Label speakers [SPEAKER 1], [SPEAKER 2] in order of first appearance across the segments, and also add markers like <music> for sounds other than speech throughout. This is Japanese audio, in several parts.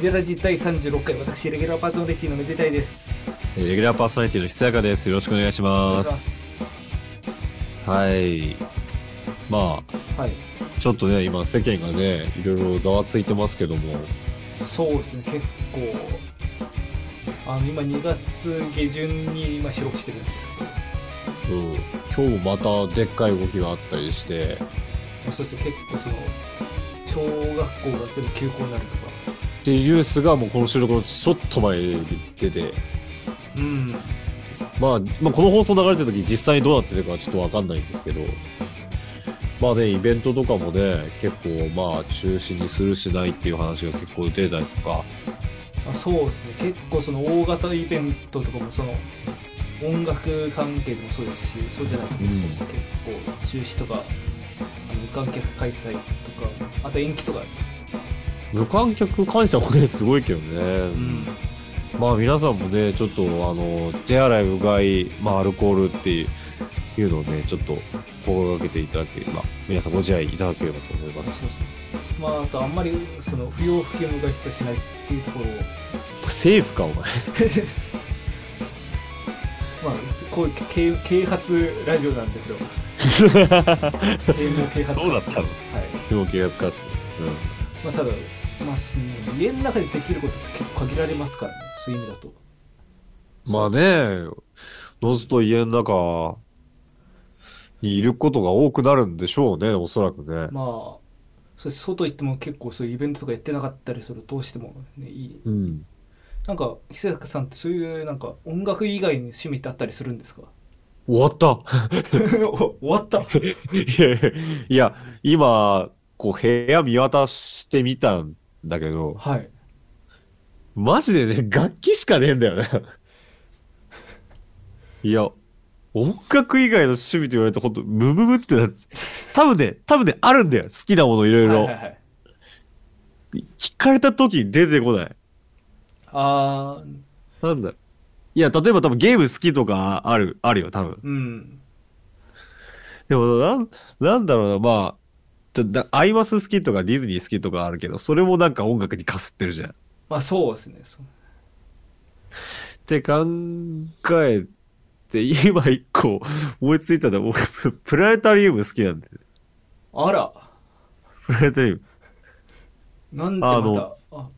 [SPEAKER 1] デラジ第36回、私、レギュラーパーソナリティのめでたいです。
[SPEAKER 2] えーレギュラーパーソナリティのひつやかです。よろしくお願いしま。
[SPEAKER 1] お願いしますす
[SPEAKER 2] はい。ま
[SPEAKER 1] はい。
[SPEAKER 2] あ、ちょっとね、今世間がね、いろいろざわついてますけども、
[SPEAKER 1] そうですね、結構、あの、今2月下旬に今収録してるんです。
[SPEAKER 2] うん、今日またでっかい動きがあったりして、
[SPEAKER 1] もうそうすると結構その、小学校が全部休校になるとか。
[SPEAKER 2] っていうニュースがもうこの収録のちょっと前に出て、
[SPEAKER 1] うん。
[SPEAKER 2] まあ、まあ、この放送流れてる時実際にどうなってるかはちょっとわかんないんですけど、まあね、イベントとかもね、結構まあ中止にするしないっていう話が結構出たりとか、
[SPEAKER 1] あそうですね、結構その大型イベントとかも、その、音楽関係でもそうですし、そうじゃなくても
[SPEAKER 2] うん
[SPEAKER 1] 結構中止とか、あの無観客開催とか、あと延期とか、
[SPEAKER 2] 無観客感謝もね、すごいけどね。
[SPEAKER 1] うん。
[SPEAKER 2] まあ皆さんもね、ちょっとあの、手洗い、うがい、まあアルコールっていうのをね、ちょっと心がけていただければ、皆さんご自愛いただければと思います。
[SPEAKER 1] そうですねまあ、あとあんまりその不要不急の外出はしないっていうところを <laughs>
[SPEAKER 2] 政府か、お前。
[SPEAKER 1] まあこういう啓啓発ラジオなん
[SPEAKER 2] <laughs>
[SPEAKER 1] だけど啓蒙啓発
[SPEAKER 2] そうだったの
[SPEAKER 1] はい
[SPEAKER 2] でも気がつかず。うん。
[SPEAKER 1] まあ、ただ、まあ、その家の中でできることって結構限られますからねそういう意味だと
[SPEAKER 2] まあね、のずと家の中にいることが多くなるんでしょうね、おそらくね。
[SPEAKER 1] まあそれ外行っても結構そういうイベントとかやってなかったりするとどうしても、ね、いい
[SPEAKER 2] うん。
[SPEAKER 1] なんか久坂さんってそういうなんか音楽以外に趣味ってあったりするんですか <laughs>
[SPEAKER 2] 終わった
[SPEAKER 1] お終わった
[SPEAKER 2] いやいやいや、今、こう部屋見渡してみたんだけど、
[SPEAKER 1] はい
[SPEAKER 2] マジでね、楽器しかねえんだよね。 <laughs> いや、音楽以外の趣味と言われると、ほんと、ムムムってなっちゃう。多分ね、多分ね、あるんだよ。好きなものいろい
[SPEAKER 1] はい
[SPEAKER 2] ろ
[SPEAKER 1] はい。はい
[SPEAKER 2] 聞かれた時に出てこない。
[SPEAKER 1] ああ
[SPEAKER 2] なんだいや、例えば多分ゲーム好きとかある、あるよ、多分。
[SPEAKER 1] うん
[SPEAKER 2] でも、なん、なんだろうな、まあ、だだアイマス好きとかディズニー好きとかあるけど、それもなんか音楽にかすってるじゃん。っ
[SPEAKER 1] まあそうですねそう
[SPEAKER 2] て考えて、今一個思いついたのは、俺、プラネタリウム好きなんで。
[SPEAKER 1] あら
[SPEAKER 2] プラネタリウム。
[SPEAKER 1] なんて
[SPEAKER 2] あ
[SPEAKER 1] ま
[SPEAKER 2] の
[SPEAKER 1] たあ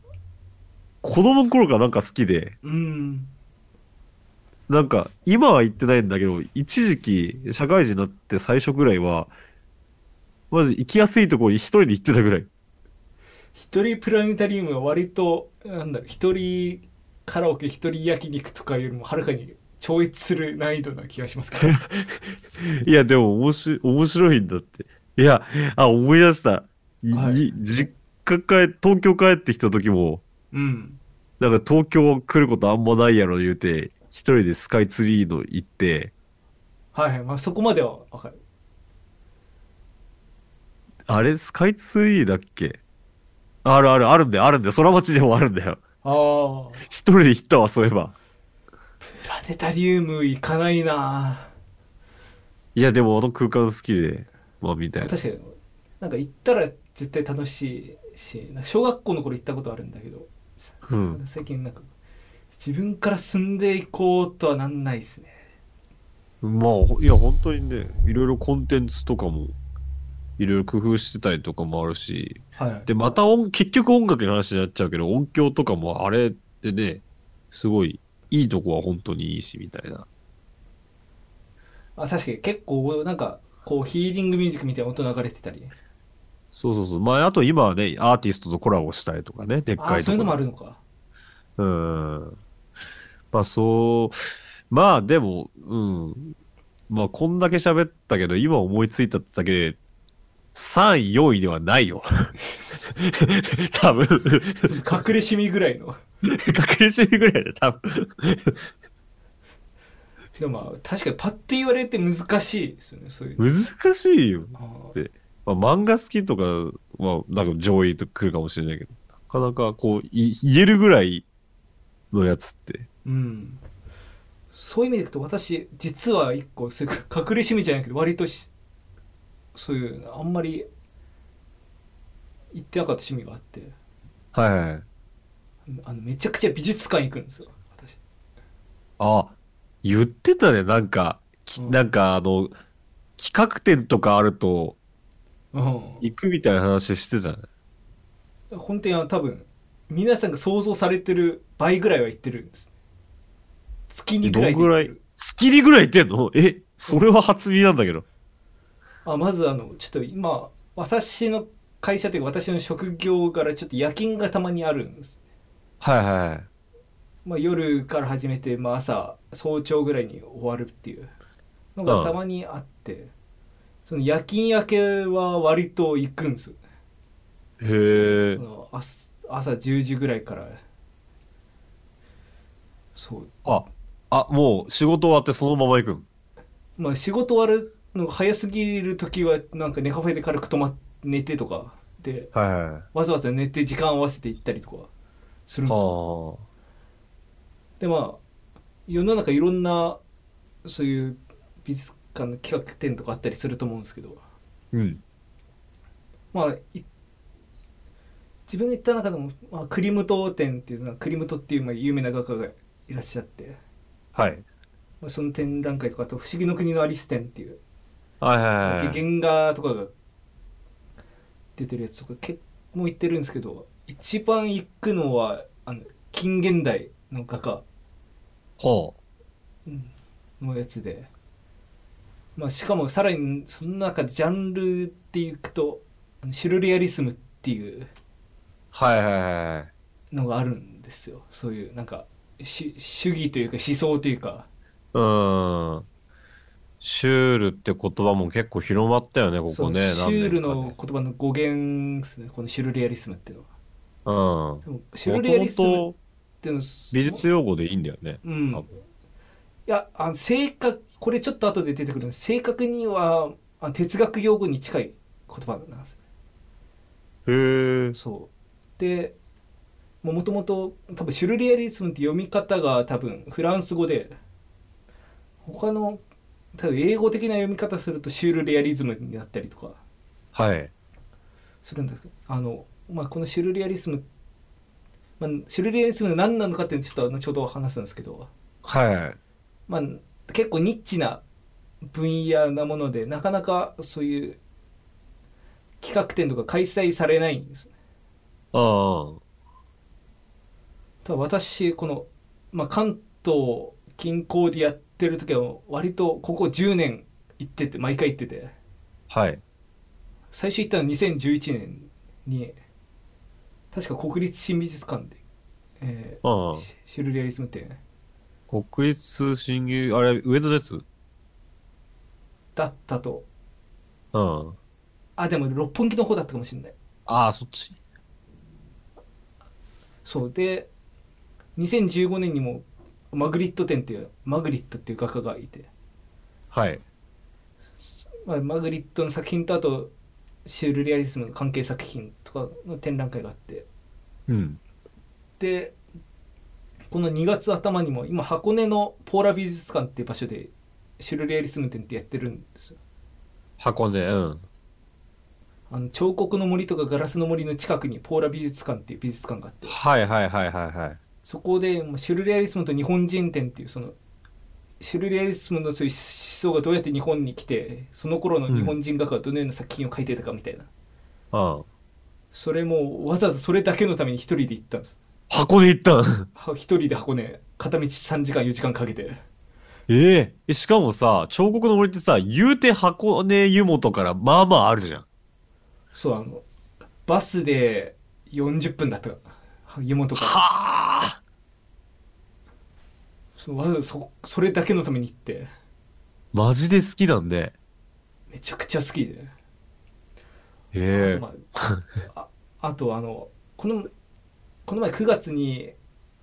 [SPEAKER 2] 子供の頃からなんか好きで、
[SPEAKER 1] うん
[SPEAKER 2] なんか、今は行ってないんだけど、一時期、社会人になって最初ぐらいは、マジ行きやすいところに一人で行ってたぐらい。
[SPEAKER 1] 一人プラネタリウムは割となんだろう一人カラオケ一人焼肉とかよりもはるかに超越する難易度な気がしま
[SPEAKER 2] <laughs>
[SPEAKER 1] すから
[SPEAKER 2] いや、でも、おもし、面白いんだって。いや、あ、思い出した。い
[SPEAKER 1] はい
[SPEAKER 2] い実家帰、東京帰ってきた時も、
[SPEAKER 1] うん
[SPEAKER 2] なんか東京来ることあんまないやろ言うて、一人でスカイツリーの行って、
[SPEAKER 1] はいはいまあそこまではわかる
[SPEAKER 2] あれ、スカイツリーだっけあるある、あるんだよ、あるんだよ。空町にもあるんだよ。
[SPEAKER 1] ああ
[SPEAKER 2] 一人で行ったわ、そういえば。
[SPEAKER 1] プラネタリウム行かないない
[SPEAKER 2] や、でもあの空間好きで、まあ、みたいな。
[SPEAKER 1] 確かになんか行ったら絶対楽しいしなんか小学校の頃行ったことあるんだけど
[SPEAKER 2] うん。
[SPEAKER 1] 最近なんか自分から住んでいこうとはなんないですね
[SPEAKER 2] まあ、ほいや、本当にね、いろいろコンテンツとかも、いろいろ工夫してたりとかもあるし、
[SPEAKER 1] はい
[SPEAKER 2] で、また音、結局音楽の話になっちゃうけど、音響とかもあれでね、すごい、いいとこは本当にいいし、みたいな。
[SPEAKER 1] あ確かに結構なんかこうヒーリングミュージックみたいな音流れてたり
[SPEAKER 2] そうそうそう。まあ、あと今はね、アーティストとコラボしたりとかね、でっ
[SPEAKER 1] あ
[SPEAKER 2] か
[SPEAKER 1] あ
[SPEAKER 2] いと
[SPEAKER 1] そういう
[SPEAKER 2] こ
[SPEAKER 1] のもあるのか
[SPEAKER 2] うん。まあ、そう、まあ、でも、うん。まあ、こんだけ喋ったけど、今思いついただけで、3位、4位ではないよ。 <laughs> 多分、
[SPEAKER 1] ちょっと隠れ趣味ぐらいの
[SPEAKER 2] 隠れ趣味ぐらいで、多分。
[SPEAKER 1] でもまあ確かにパッと言われて難しいですよねそういうの
[SPEAKER 2] 難しいよ。
[SPEAKER 1] あー
[SPEAKER 2] まあ、漫画好きとかは、なんか上位と来るかもしれないけど、なかなかこう、い言えるぐらいのやつって。
[SPEAKER 1] うんそういう意味でいくと私実は一個そういう隠れ趣味じゃないけど割としそういうあんまり言ってなかった趣味があって
[SPEAKER 2] はいはい。
[SPEAKER 1] あのめちゃくちゃ美術館行くんですよ私
[SPEAKER 2] あ、言ってたね、なんか、き
[SPEAKER 1] うん
[SPEAKER 2] なんかあの、企画展とかあると
[SPEAKER 1] うん
[SPEAKER 2] 行くみたいな話してたね。
[SPEAKER 1] 本店は多分皆さんが想像されてる倍ぐらいは行ってるんです月にぐ
[SPEAKER 2] ど
[SPEAKER 1] らい
[SPEAKER 2] ん
[SPEAKER 1] で行
[SPEAKER 2] ぐ
[SPEAKER 1] っ
[SPEAKER 2] ら
[SPEAKER 1] て
[SPEAKER 2] い
[SPEAKER 1] る
[SPEAKER 2] 月にぐらい行ってんのえ、それは初見なんだけど。
[SPEAKER 1] あまずあのちょっと今私の会社というか私の職業からちょっと夜勤がたまにあるんです、
[SPEAKER 2] はいはいはい。
[SPEAKER 1] まあ、夜から始めて、まあ、朝早朝ぐらいに終わるっていうのがたまにあって、その夜勤明けは割と行くんですよ
[SPEAKER 2] へえ
[SPEAKER 1] そ。の朝朝10時ぐらいからそう
[SPEAKER 2] あ、あ、もう仕事終わってそのまま行くん。
[SPEAKER 1] まあ仕事終わるのが早すぎる時はなんか寝カフェで軽く泊まっ寝てとかで
[SPEAKER 2] はいはいはい。
[SPEAKER 1] わざわざ寝て時間合わせて行ったりとかするんですよ
[SPEAKER 2] は
[SPEAKER 1] でまあ世の中いろんなそういう美術館の企画展とかあったりすると思うんですけど
[SPEAKER 2] あ。うん。
[SPEAKER 1] まあい自分が行った中でも、まあ、クリムト展っていうのはクリムトっていうまあ有名な画家がいらっしゃって、
[SPEAKER 2] はい。
[SPEAKER 1] まあ、その展覧会とかあと「不思議の国のアリス展」っていう
[SPEAKER 2] はい
[SPEAKER 1] 原
[SPEAKER 2] はいはい。
[SPEAKER 1] 画とかが出てるやつとか結構行ってるんですけど一番行くのはあの近現代の画家
[SPEAKER 2] ほ
[SPEAKER 1] のやつで、まあ、しかもさらにその中でジャンルっていくとあのシュルレアリスムっていう
[SPEAKER 2] う。はいはいはいはい。
[SPEAKER 1] のがあるんですよそういうなんかし主義というか思想というか
[SPEAKER 2] うーん。シュールって言葉も結構広まったよね、こ
[SPEAKER 1] そ
[SPEAKER 2] こ
[SPEAKER 1] の
[SPEAKER 2] ね。
[SPEAKER 1] シュー
[SPEAKER 2] 何
[SPEAKER 1] ルの
[SPEAKER 2] 年
[SPEAKER 1] 言葉の語源ですねこのシュルレアリスムっていうのは
[SPEAKER 2] かね。
[SPEAKER 1] でもシ
[SPEAKER 2] う
[SPEAKER 1] ュ
[SPEAKER 2] ん。
[SPEAKER 1] ルレアリ
[SPEAKER 2] も
[SPEAKER 1] ス
[SPEAKER 2] と
[SPEAKER 1] ムっ
[SPEAKER 2] もと
[SPEAKER 1] ていうのは
[SPEAKER 2] 美術用語でいいんだよね。
[SPEAKER 1] うん
[SPEAKER 2] 多分
[SPEAKER 1] いやあの正確これちょっと後で出てくるんです正確にはあ哲学用語に近い言葉なんです
[SPEAKER 2] へえ。
[SPEAKER 1] そうでもともと多分シュルレアリスムって読み方が多分フランス語で他の多分英語的な読み方するとシュルレアリズムになったりとか
[SPEAKER 2] はい。
[SPEAKER 1] するんだけどあの、まあ、このシュルレアリスム、まあ、シュルレアリスムが何なのかっていうのちょっと後ほど話すんですけど、
[SPEAKER 2] はい。
[SPEAKER 1] まあ、結構ニッチな分野なものでなかなかそういう企画展とか開催されないんです
[SPEAKER 2] うんうん。
[SPEAKER 1] ただ私この、まあ、関東近郊でやってる時は割とここ10年行ってて毎回行ってて
[SPEAKER 2] はい。
[SPEAKER 1] 最初行ったのは2011年に確か国立新美術館で、えー
[SPEAKER 2] う
[SPEAKER 1] シシュルレアリスム展
[SPEAKER 2] ん。国立新入、あれ、上野のやつ
[SPEAKER 1] だったと
[SPEAKER 2] うん。
[SPEAKER 1] あでも六本木の方だったかもしれない
[SPEAKER 2] ああ、そっち。
[SPEAKER 1] そうで2015年にもマグリット展っていうマグリットっていう画家がいて、
[SPEAKER 2] はい。
[SPEAKER 1] まあ、マグリットの作品とあとシュールレアリスムの関係作品とかの展覧会があって
[SPEAKER 2] うん。
[SPEAKER 1] でこの2月頭にも今箱根のポーラ美術館っていう場所でシュールレアリスム展ってやってるんですよ
[SPEAKER 2] 箱根、うん。
[SPEAKER 1] あの彫刻の森とかガラスの森の近くにポーラ美術館っていう美術館があって
[SPEAKER 2] はいはいはいはいはい。
[SPEAKER 1] そこでまあシュルレアリスムと日本人展っていうそのシュルレアリスムのそういう思想がどうやって日本に来てその頃の日本人画家がどのような作品を描いてたかみたいな、
[SPEAKER 2] うん。
[SPEAKER 1] それもわざわざそれだけのために一人で行ったんです
[SPEAKER 2] 箱根行った <laughs> ん
[SPEAKER 1] は一人で箱根片道3時間4時間かけて
[SPEAKER 2] えええしかもさ、彫刻の森ってさ、言うて箱根湯本からまあまああるじゃん。
[SPEAKER 1] そうあのバスで40分だったかな湯本から
[SPEAKER 2] はあ
[SPEAKER 1] そうわざわざそそれだけのために行って
[SPEAKER 2] マジで好きなんで。
[SPEAKER 1] めちゃくちゃ好きで
[SPEAKER 2] ええ
[SPEAKER 1] まあああとあのこのこの前9月に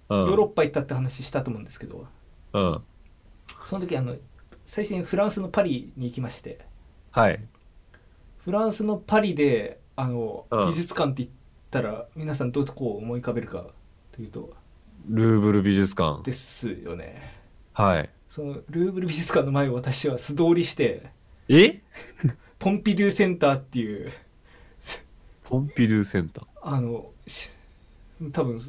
[SPEAKER 2] うん
[SPEAKER 1] ヨーロッパ行ったって話したと思うんですけど
[SPEAKER 2] うん。
[SPEAKER 1] その時あの最初にフランスのパリに行きまして
[SPEAKER 2] はい。
[SPEAKER 1] フランスのパリであの
[SPEAKER 2] うん
[SPEAKER 1] 美術館って言ったら皆さんどうこう思い浮かべるかというと
[SPEAKER 2] ルーブル美術館。
[SPEAKER 1] ですよね
[SPEAKER 2] はい。
[SPEAKER 1] そのルーブル美術館の前を私は素通りして
[SPEAKER 2] え
[SPEAKER 1] ポンピドゥセンターっていう
[SPEAKER 2] ポンピドゥセンター。
[SPEAKER 1] あのし多分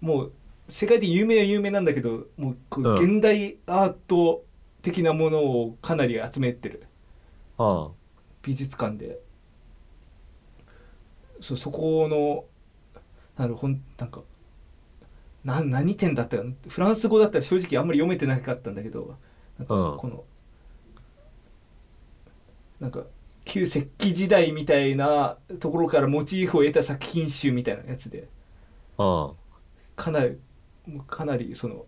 [SPEAKER 1] もう世界で有名は有名なんだけどもうこう
[SPEAKER 2] うん
[SPEAKER 1] 現代アート的なものをかなり集めてる
[SPEAKER 2] は
[SPEAKER 1] 美術館でそそこのなるほんなんかな何点だったかなフランス語だったら正直あんまり読めてなかったんだけどなん
[SPEAKER 2] う
[SPEAKER 1] か
[SPEAKER 2] ん
[SPEAKER 1] この、なんか旧石器時代みたいなところからモチーフを得た作品集みたいなやつで
[SPEAKER 2] あ、は
[SPEAKER 1] かなりもうかなりその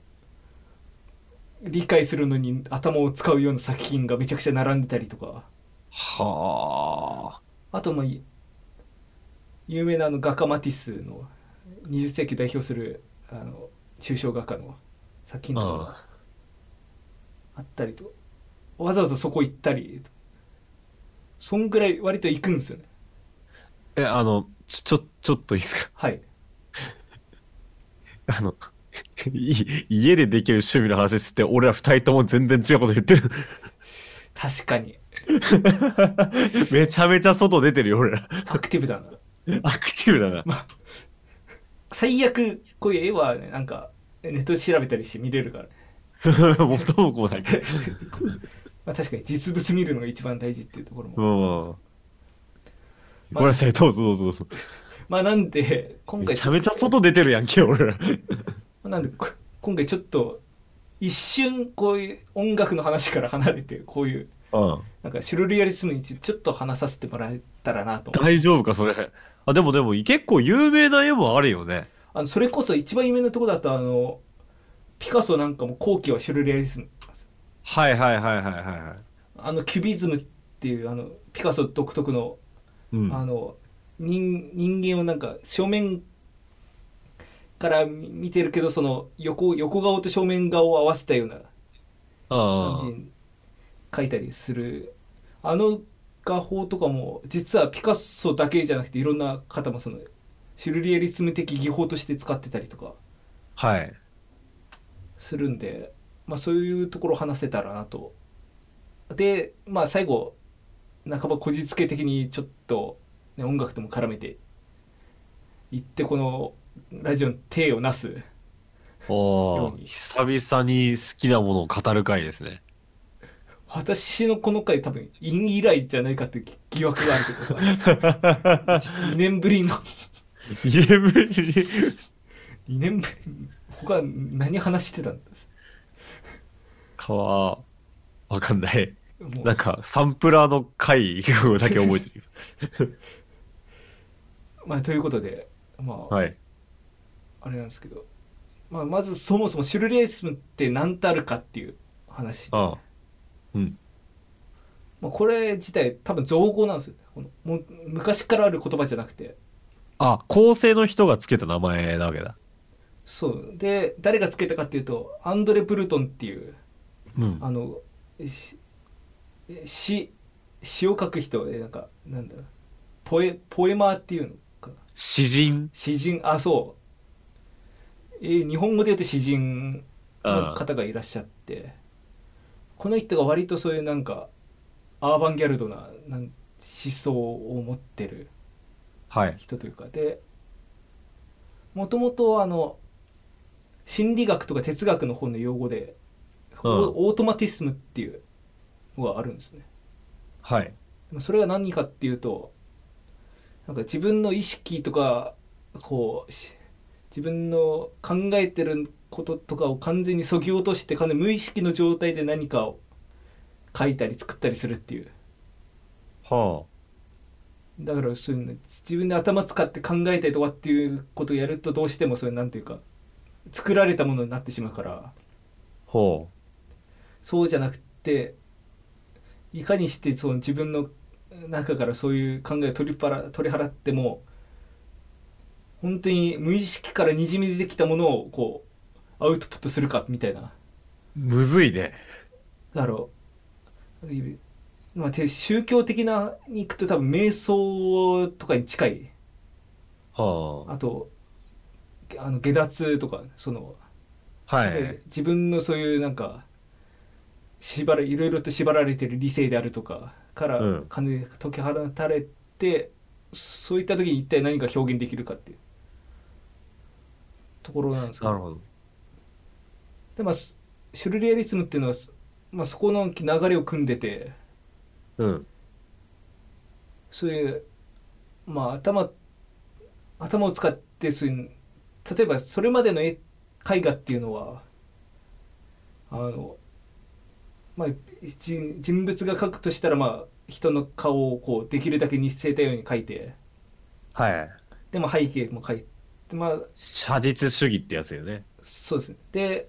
[SPEAKER 1] 理解するのに頭を使うような作品がめちゃくちゃ並んでたりとか。
[SPEAKER 2] あ、はあ。
[SPEAKER 1] あとまあい有名なあの画家マティスの20世紀代表するあの抽象画家の作品とかが
[SPEAKER 2] あ
[SPEAKER 1] あったりとわざわざそこ行ったりそんぐらい割と行くんですよね
[SPEAKER 2] え、あの、ちょ、ちょ、ちょっといいですか <laughs>
[SPEAKER 1] はい
[SPEAKER 2] あの、い家でできる趣味の話っつって、俺ら二人とも全然違うこと言って <laughs> る。
[SPEAKER 1] 確かに
[SPEAKER 2] めちゃめちゃ外出てるよ、俺ら。
[SPEAKER 1] アクティブだな
[SPEAKER 2] <laughs> アクティブだな。
[SPEAKER 1] 最悪こういう絵はねなんかネットで調べたりして見れるから、
[SPEAKER 2] 元も子もない。
[SPEAKER 1] まあ、確かに実物見るのが一番大事っていうところも
[SPEAKER 2] まあまあまあごめんなさい、どうぞどうぞどうぞ。
[SPEAKER 1] まあなんで今
[SPEAKER 2] め
[SPEAKER 1] 回
[SPEAKER 2] ち
[SPEAKER 1] ち
[SPEAKER 2] ゃ
[SPEAKER 1] ょっ
[SPEAKER 2] めちゃ外出てるやんけ、俺ら。
[SPEAKER 1] となんでこ今回ちょっと一瞬こういう音楽の話から離れてこういう
[SPEAKER 2] うん。
[SPEAKER 1] なんかシュルリアリスムについてちょっと話させてもらえたらなと
[SPEAKER 2] 大丈夫か、それ。あ、でもでも、結構有名な絵もあるよね。
[SPEAKER 1] あのそれこそ一番有名なとこだとあのピカソなんかも後期はシュルリアリスム
[SPEAKER 2] はいはいはいはいはいはい。
[SPEAKER 1] あのキュビズムっていうあのピカソ独特の,、
[SPEAKER 2] うん。
[SPEAKER 1] あの人人間をなんか正面から見見てるけどその横横顔と正面顔を合わせたような
[SPEAKER 2] あ
[SPEAKER 1] 感じに描いたりするあの画法とかも実はピカソだけじゃなくていろんな方もそのシュルリアリスム的技法として使ってたりとか
[SPEAKER 2] あ。はい。
[SPEAKER 1] するんで、まあ、そういうところを話せたらなと。で、まあ、最後半ばこじつけ的にちょっと、ね、音楽とも絡めていってこのラジオの体をなす
[SPEAKER 2] お
[SPEAKER 1] よう
[SPEAKER 2] ー
[SPEAKER 1] に
[SPEAKER 2] 久々に好きなものを語る回ですね。
[SPEAKER 1] 私のこの回多分イン以来じゃないかっていう疑惑があるけど <laughs> 2年ぶりの
[SPEAKER 2] <laughs> 言えぶりに。
[SPEAKER 1] 2年ぶりに <laughs> 他何話してたんです
[SPEAKER 2] かわ、わかんない。
[SPEAKER 1] も
[SPEAKER 2] なん
[SPEAKER 1] う
[SPEAKER 2] か、サンプラーの回だけ覚えてる。
[SPEAKER 1] まあということでまあ、
[SPEAKER 2] はい。
[SPEAKER 1] あれなんですけど、まあ、まずそもそもシュルレースムって何たるかっていう話で
[SPEAKER 2] ああ。うん。
[SPEAKER 1] まあ、これ自体多分造語なんですよねこのもう昔からある言葉じゃなくて
[SPEAKER 2] あ、構成の人がつけた名前なわけだ。
[SPEAKER 1] そうで誰がつけたかっていうとアンドレ・ブルトンっていう
[SPEAKER 2] うん。
[SPEAKER 1] あのし詩詩を書く人えなんかなんだろうポエポエマーっていうのかな
[SPEAKER 2] 詩人。
[SPEAKER 1] 詩人あそう、えー日本語で言うと詩人の方がいらっしゃってこの人が割とそういうなんかアーバンギャルドななん思想を持ってる
[SPEAKER 2] はい。
[SPEAKER 1] 人というかでもともとあの心理学とか哲学の本の用語で、
[SPEAKER 2] うん
[SPEAKER 1] オートマティスムっていうのがあるんですね。
[SPEAKER 2] はい。
[SPEAKER 1] まあそれが何かっていうとなんか自分の意識とかこうし自分の考えてることとかを完全にそぎ落として完全に無意識の状態で何かを書いたり作ったりするっていう
[SPEAKER 2] は
[SPEAKER 1] だからそういうの自分で頭使って考えたりとかっていうことをやるとどうしてもそれなんていうか作られたものになってしまうから
[SPEAKER 2] あ。ほ
[SPEAKER 1] そうじゃなくていかにしてその自分の中からそういう考えを取り払取り払っても本当に無意識からにじみ出てきたものをこうアウトプットするかみたいな
[SPEAKER 2] う。むずいね。
[SPEAKER 1] だろう、まあ、て宗教的なに行くと多分瞑想とかに近い。
[SPEAKER 2] は
[SPEAKER 1] あとあの下脱とかその、
[SPEAKER 2] あ。はい。
[SPEAKER 1] 自分のそういうなんか縛らいろいろと縛られてる理性であるとかから
[SPEAKER 2] うん
[SPEAKER 1] 完全に解き放たれて、そういった時に一体何が表現できるかっていうところなんですけ
[SPEAKER 2] なる
[SPEAKER 1] ど
[SPEAKER 2] ほど。
[SPEAKER 1] で、まあ、シュルレアリスムっていうのは、まあ、そこの流れを組んでて
[SPEAKER 2] うん。
[SPEAKER 1] そういう、まあ、頭頭を使ってそういう例えばそれまでの絵絵画っていうのはあの、まあ、人人物が描くとしたら、まあ、人の顔をこうできるだけ似せたように描いて
[SPEAKER 2] はい。
[SPEAKER 1] で、まあ、背景も描いて、まあ、
[SPEAKER 2] 写実主義ってやつよね。
[SPEAKER 1] そうですねで、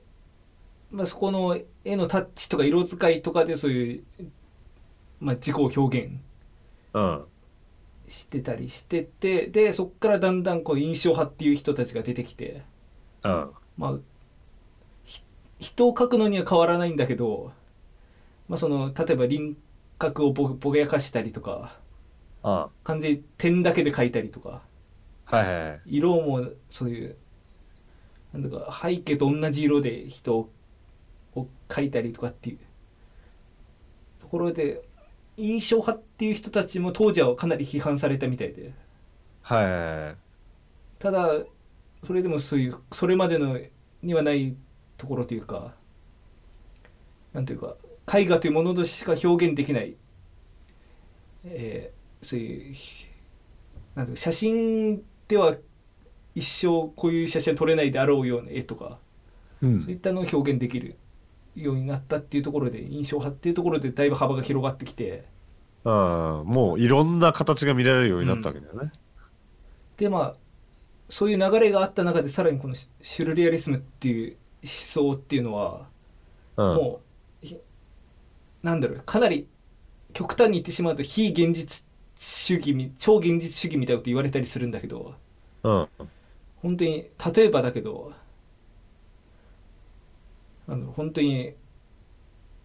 [SPEAKER 1] まあ、そこの絵のタッチとか色使いとかでそういう、まあ、自己を表現
[SPEAKER 2] うん。
[SPEAKER 1] してたりしててでそこからだんだんこう印象派っていう人たちが出てきて、
[SPEAKER 2] うん。
[SPEAKER 1] まあ、ひ人を描くのには変わらないんだけど、まあ、その例えば輪郭をぼぼやかしたりとか
[SPEAKER 2] あ
[SPEAKER 1] 完全に点だけで描いたりとか
[SPEAKER 2] はいはいはい。
[SPEAKER 1] 色もそういうなんだか背景と同じ色で人をを描いたりとかっていうところで印象派っていう人たちも当時はかなり批判されたみたいで
[SPEAKER 2] はいはいはい。
[SPEAKER 1] ただそれでもそういうそれまでのにはないところというかなんというか絵画というものとしか表現できない、えーそういうひなんていうか写真では一生こういう写真は撮れないであろうような絵とか
[SPEAKER 2] う
[SPEAKER 1] そういっ
[SPEAKER 2] ん。
[SPEAKER 1] たのを表現できるようになったっていうところで印象派っていうところでだいぶ幅が広がってきて
[SPEAKER 2] ああ、もういろんな形が見られるようになったわけだよね。
[SPEAKER 1] でまあそういう流れがあった中でさらにこのシュルレアリスムっていう思想っていうのは
[SPEAKER 2] うん。
[SPEAKER 1] もうひなんだろうかなり極端に言ってしまうと非現実主義み超現実主義みたいなこと言われたりするんだけど
[SPEAKER 2] うん。
[SPEAKER 1] 本当に例えばだけどあの本当に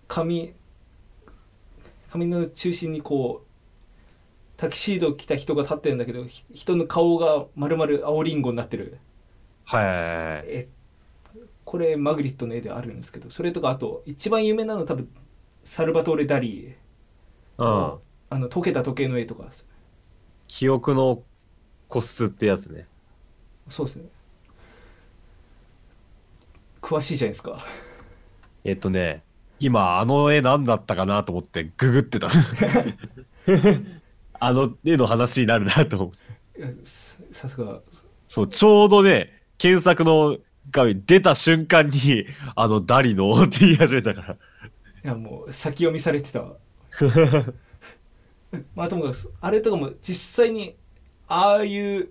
[SPEAKER 1] 髪髪の中心にこうタキシードを着た人が立ってるんだけどひ人の顔が丸々青リンゴになってる
[SPEAKER 2] はいはいはい。
[SPEAKER 1] えこれマグリットの絵であるんですけどそれとかあと一番有名なのは多分サルバトーレ・ダリー
[SPEAKER 2] うん。
[SPEAKER 1] あの溶けた時計の絵とか
[SPEAKER 2] 記憶の個室ってやつね。
[SPEAKER 1] そうですね詳しいじゃないですか
[SPEAKER 2] えっとね、今、あの絵何だったかなと思ってググ <laughs> ってた。あの絵の話になるなと思って。
[SPEAKER 1] いやささすが
[SPEAKER 2] そう、ちょうどね、検索の画面出た瞬間に、あの、ダリのって言い始めたから。
[SPEAKER 1] いやもう先読みされてた <laughs> わまあともかくあれとかも実際にああいう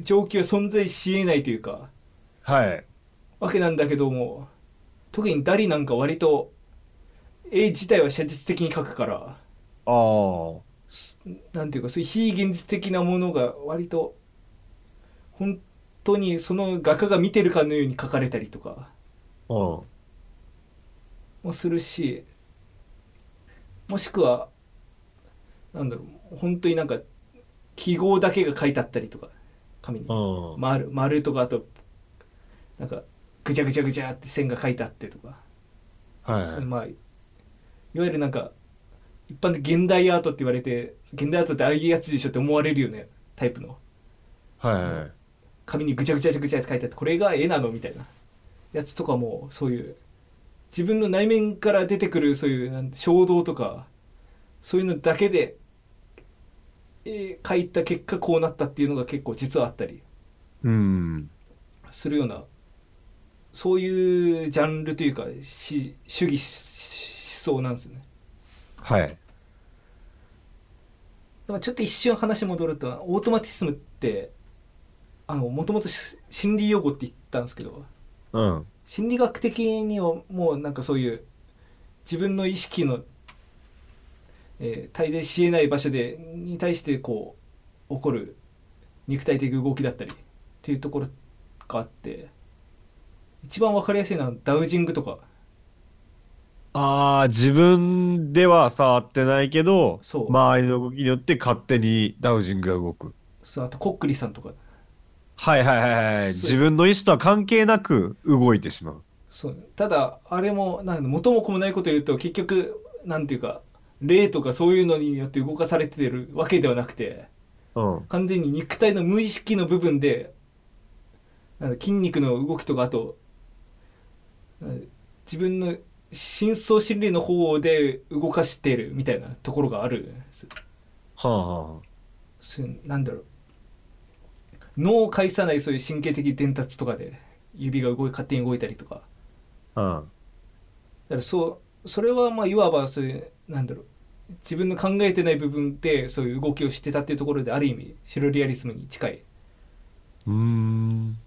[SPEAKER 1] 状況は存在しえないというか
[SPEAKER 2] はい。
[SPEAKER 1] わけなんだけども特にダリなんか割と絵自体は写実的に描くから
[SPEAKER 2] ああ。
[SPEAKER 1] すなんていうかそういう非現実的なものが割と本当にその画家が見てるかのように描かれたりとか
[SPEAKER 2] うん。
[SPEAKER 1] もするしもしくはなんだろう本当になんか記号だけが書いてあったりとか紙に
[SPEAKER 2] うん。
[SPEAKER 1] 丸丸とかあとなんかぐちゃぐちゃぐちゃって線が書いてあってとか。
[SPEAKER 2] はい
[SPEAKER 1] そのまあいわゆるなんか一般的現代アートって言われて現代アートってああいうやつでしょって思われるよねタイプの
[SPEAKER 2] はいはい。
[SPEAKER 1] 紙にぐちゃぐちゃぐちゃって書いてあってこれが絵なのみたいなやつとかもそういう自分の内面から出てくるそういうなんて衝動とかそういうのだけでえー書いた結果こうなったっていうのが結構実はあったり
[SPEAKER 2] うん。
[SPEAKER 1] するようなそういうジャンルというかし主義し思想なんですよね。
[SPEAKER 2] はい。
[SPEAKER 1] でもちょっと一瞬話戻るとオートマティスムってあのもともとし心理用語って言ったんですけど
[SPEAKER 2] うん。
[SPEAKER 1] 心理学的にはもうなんかそういう自分の意識の、えー、滞在しえない場所でに対してこう起こる肉体的動きだったりっていうところがあって一番わかりやすいのはダウジングとか
[SPEAKER 2] ああ、自分では触ってないけど、
[SPEAKER 1] そう
[SPEAKER 2] 周りの動きによって勝手にダウジングが動く。
[SPEAKER 1] そうあとコックリさんとか
[SPEAKER 2] はいはいはいはい。
[SPEAKER 1] そう
[SPEAKER 2] 自分の意思とは関係なく動いてしまう。
[SPEAKER 1] そうただあれもなんか元も子もないこと言うと結局なんていうか霊とかそういうのによって動かされてるわけではなくて
[SPEAKER 2] うん。
[SPEAKER 1] 完全に肉体の無意識の部分でなんだ筋肉の動きとかあとうん自分の深層心理の方で動かしてるみたいなところがあるそ
[SPEAKER 2] はあ、は
[SPEAKER 1] そういうなんだろう脳を介さないそういう神経的伝達とかで指が動い勝手に動いたりとか
[SPEAKER 2] あ、は
[SPEAKER 1] だからそうそれはまあいわばそういうなんだろう自分の考えてない部分でそういう動きをしてたっていうところである意味シュルリアリスムに近い
[SPEAKER 2] うん。うーん。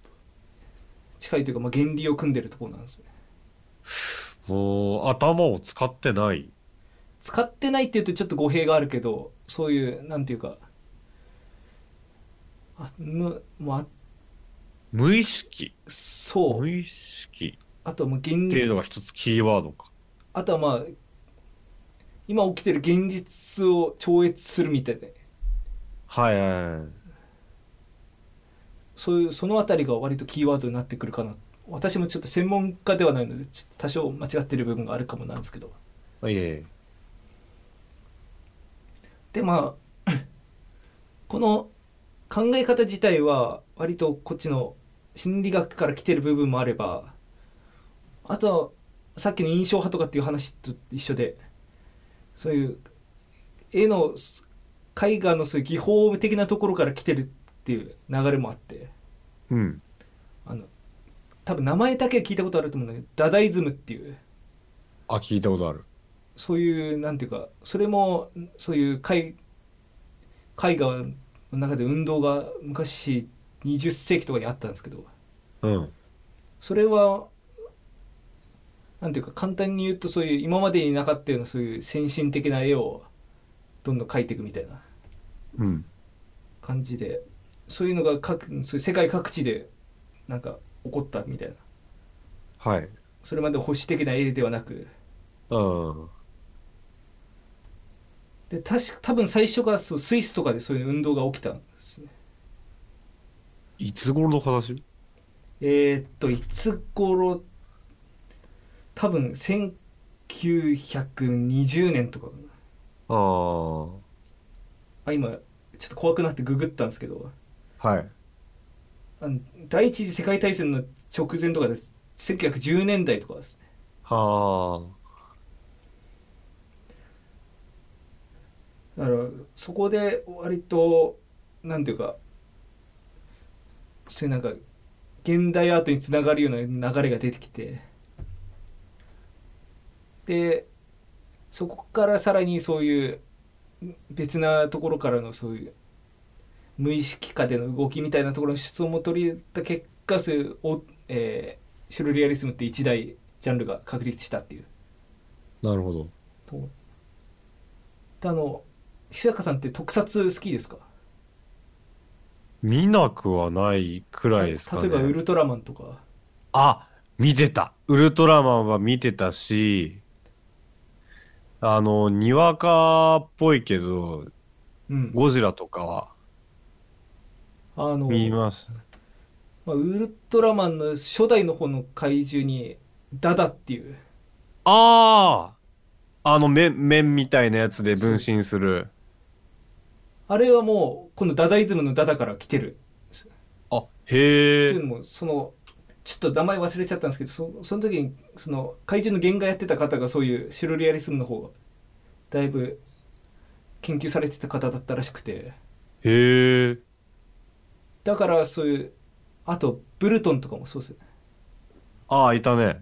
[SPEAKER 1] 近いというか、まあ、原理を組んでるところなんですね
[SPEAKER 2] もう、頭を使ってない。
[SPEAKER 1] 使ってないっていうとちょっと語弊があるけどそういうなんていうかあむもうあ
[SPEAKER 2] 無意識。
[SPEAKER 1] そう
[SPEAKER 2] 無意識
[SPEAKER 1] あとはもう原
[SPEAKER 2] っていうのが一つキーワードか。
[SPEAKER 1] あとはまあ今起きてる現実を超越するみたいな
[SPEAKER 2] はいはいはい。
[SPEAKER 1] そういうそのあたりが割とキーワードになってくるかな私もちょっと専門家ではないのでちょっと多少間違ってる部分があるかもなんですけど
[SPEAKER 2] あいえいえ。
[SPEAKER 1] でまあ <coughs> この考え方自体は割とこっちの心理学から来てる部分もあればあとはさっきの印象派とかっていう話と一緒でそういう絵のす絵画のそういう技法的なところから来てるっていう流れもあって
[SPEAKER 2] うん。
[SPEAKER 1] あの多分名前だけは聞いたことあると思うんだけどダダイズムっていう
[SPEAKER 2] あ、聞いたことある。
[SPEAKER 1] そういうなんていうかそれもそういう絵絵画の中で運動が昔20世紀とかにあったんですけど
[SPEAKER 2] うん。
[SPEAKER 1] それはなんていうか簡単に言うとそういう今までになかったようなそういう先進的な絵をどんどん描いていくみたいな
[SPEAKER 2] うん。
[SPEAKER 1] 感じでそういうのが各そういう世界各地でなんか起こったみたいな
[SPEAKER 2] はい。
[SPEAKER 1] それまで保守的な絵ではなく
[SPEAKER 2] うん。
[SPEAKER 1] で確か多分最初がそうスイスとかでそういう運動が起きたんですね
[SPEAKER 2] いつ頃の話
[SPEAKER 1] えーっといつ頃多分1920年とかかな
[SPEAKER 2] ああ。は
[SPEAKER 1] あ今ちょっと怖くなってググったんですけど
[SPEAKER 2] い。
[SPEAKER 1] あの第一次世界大戦の直前とかです1910年代とかですね
[SPEAKER 2] は
[SPEAKER 1] だからそこで割となんていうかそういうなんか現代アートにつながるような流れが出てきてでそこからさらにそういう別なところからのそういう無意識下での動きみたいなところの質問も取り入れた結果そういうお、えーシュルリアリスムって一大ジャンルが確立したっていう。
[SPEAKER 2] あ。なるほど。
[SPEAKER 1] とであの久坂さんって特撮好きですか
[SPEAKER 2] 見なくはないくらいですかね。
[SPEAKER 1] 例えばウルトラマンとか
[SPEAKER 2] あ、見てた。ウルトラマンは見てたし、あの、にわかっぽいけど、
[SPEAKER 1] うん
[SPEAKER 2] ゴジラとかは
[SPEAKER 1] あの
[SPEAKER 2] 見ます。
[SPEAKER 1] まあ、ウルトラマンの初代の方の怪獣にダダっていう
[SPEAKER 2] あああの、面、面みたいなやつで分身する。
[SPEAKER 1] あれはもうこのダダイズムのダダから来てる
[SPEAKER 2] あ、へ
[SPEAKER 1] ってい
[SPEAKER 2] え。
[SPEAKER 1] うのもそのちょっと名前忘れちゃったんですけどそその時にその怪獣の原画やってた方がそういうシュルリアリスムの方がだいぶ研究されてた方だったらしくて
[SPEAKER 2] へえ。
[SPEAKER 1] だからそういうあとブルトンとかもそうですよね
[SPEAKER 2] ああ、いたね。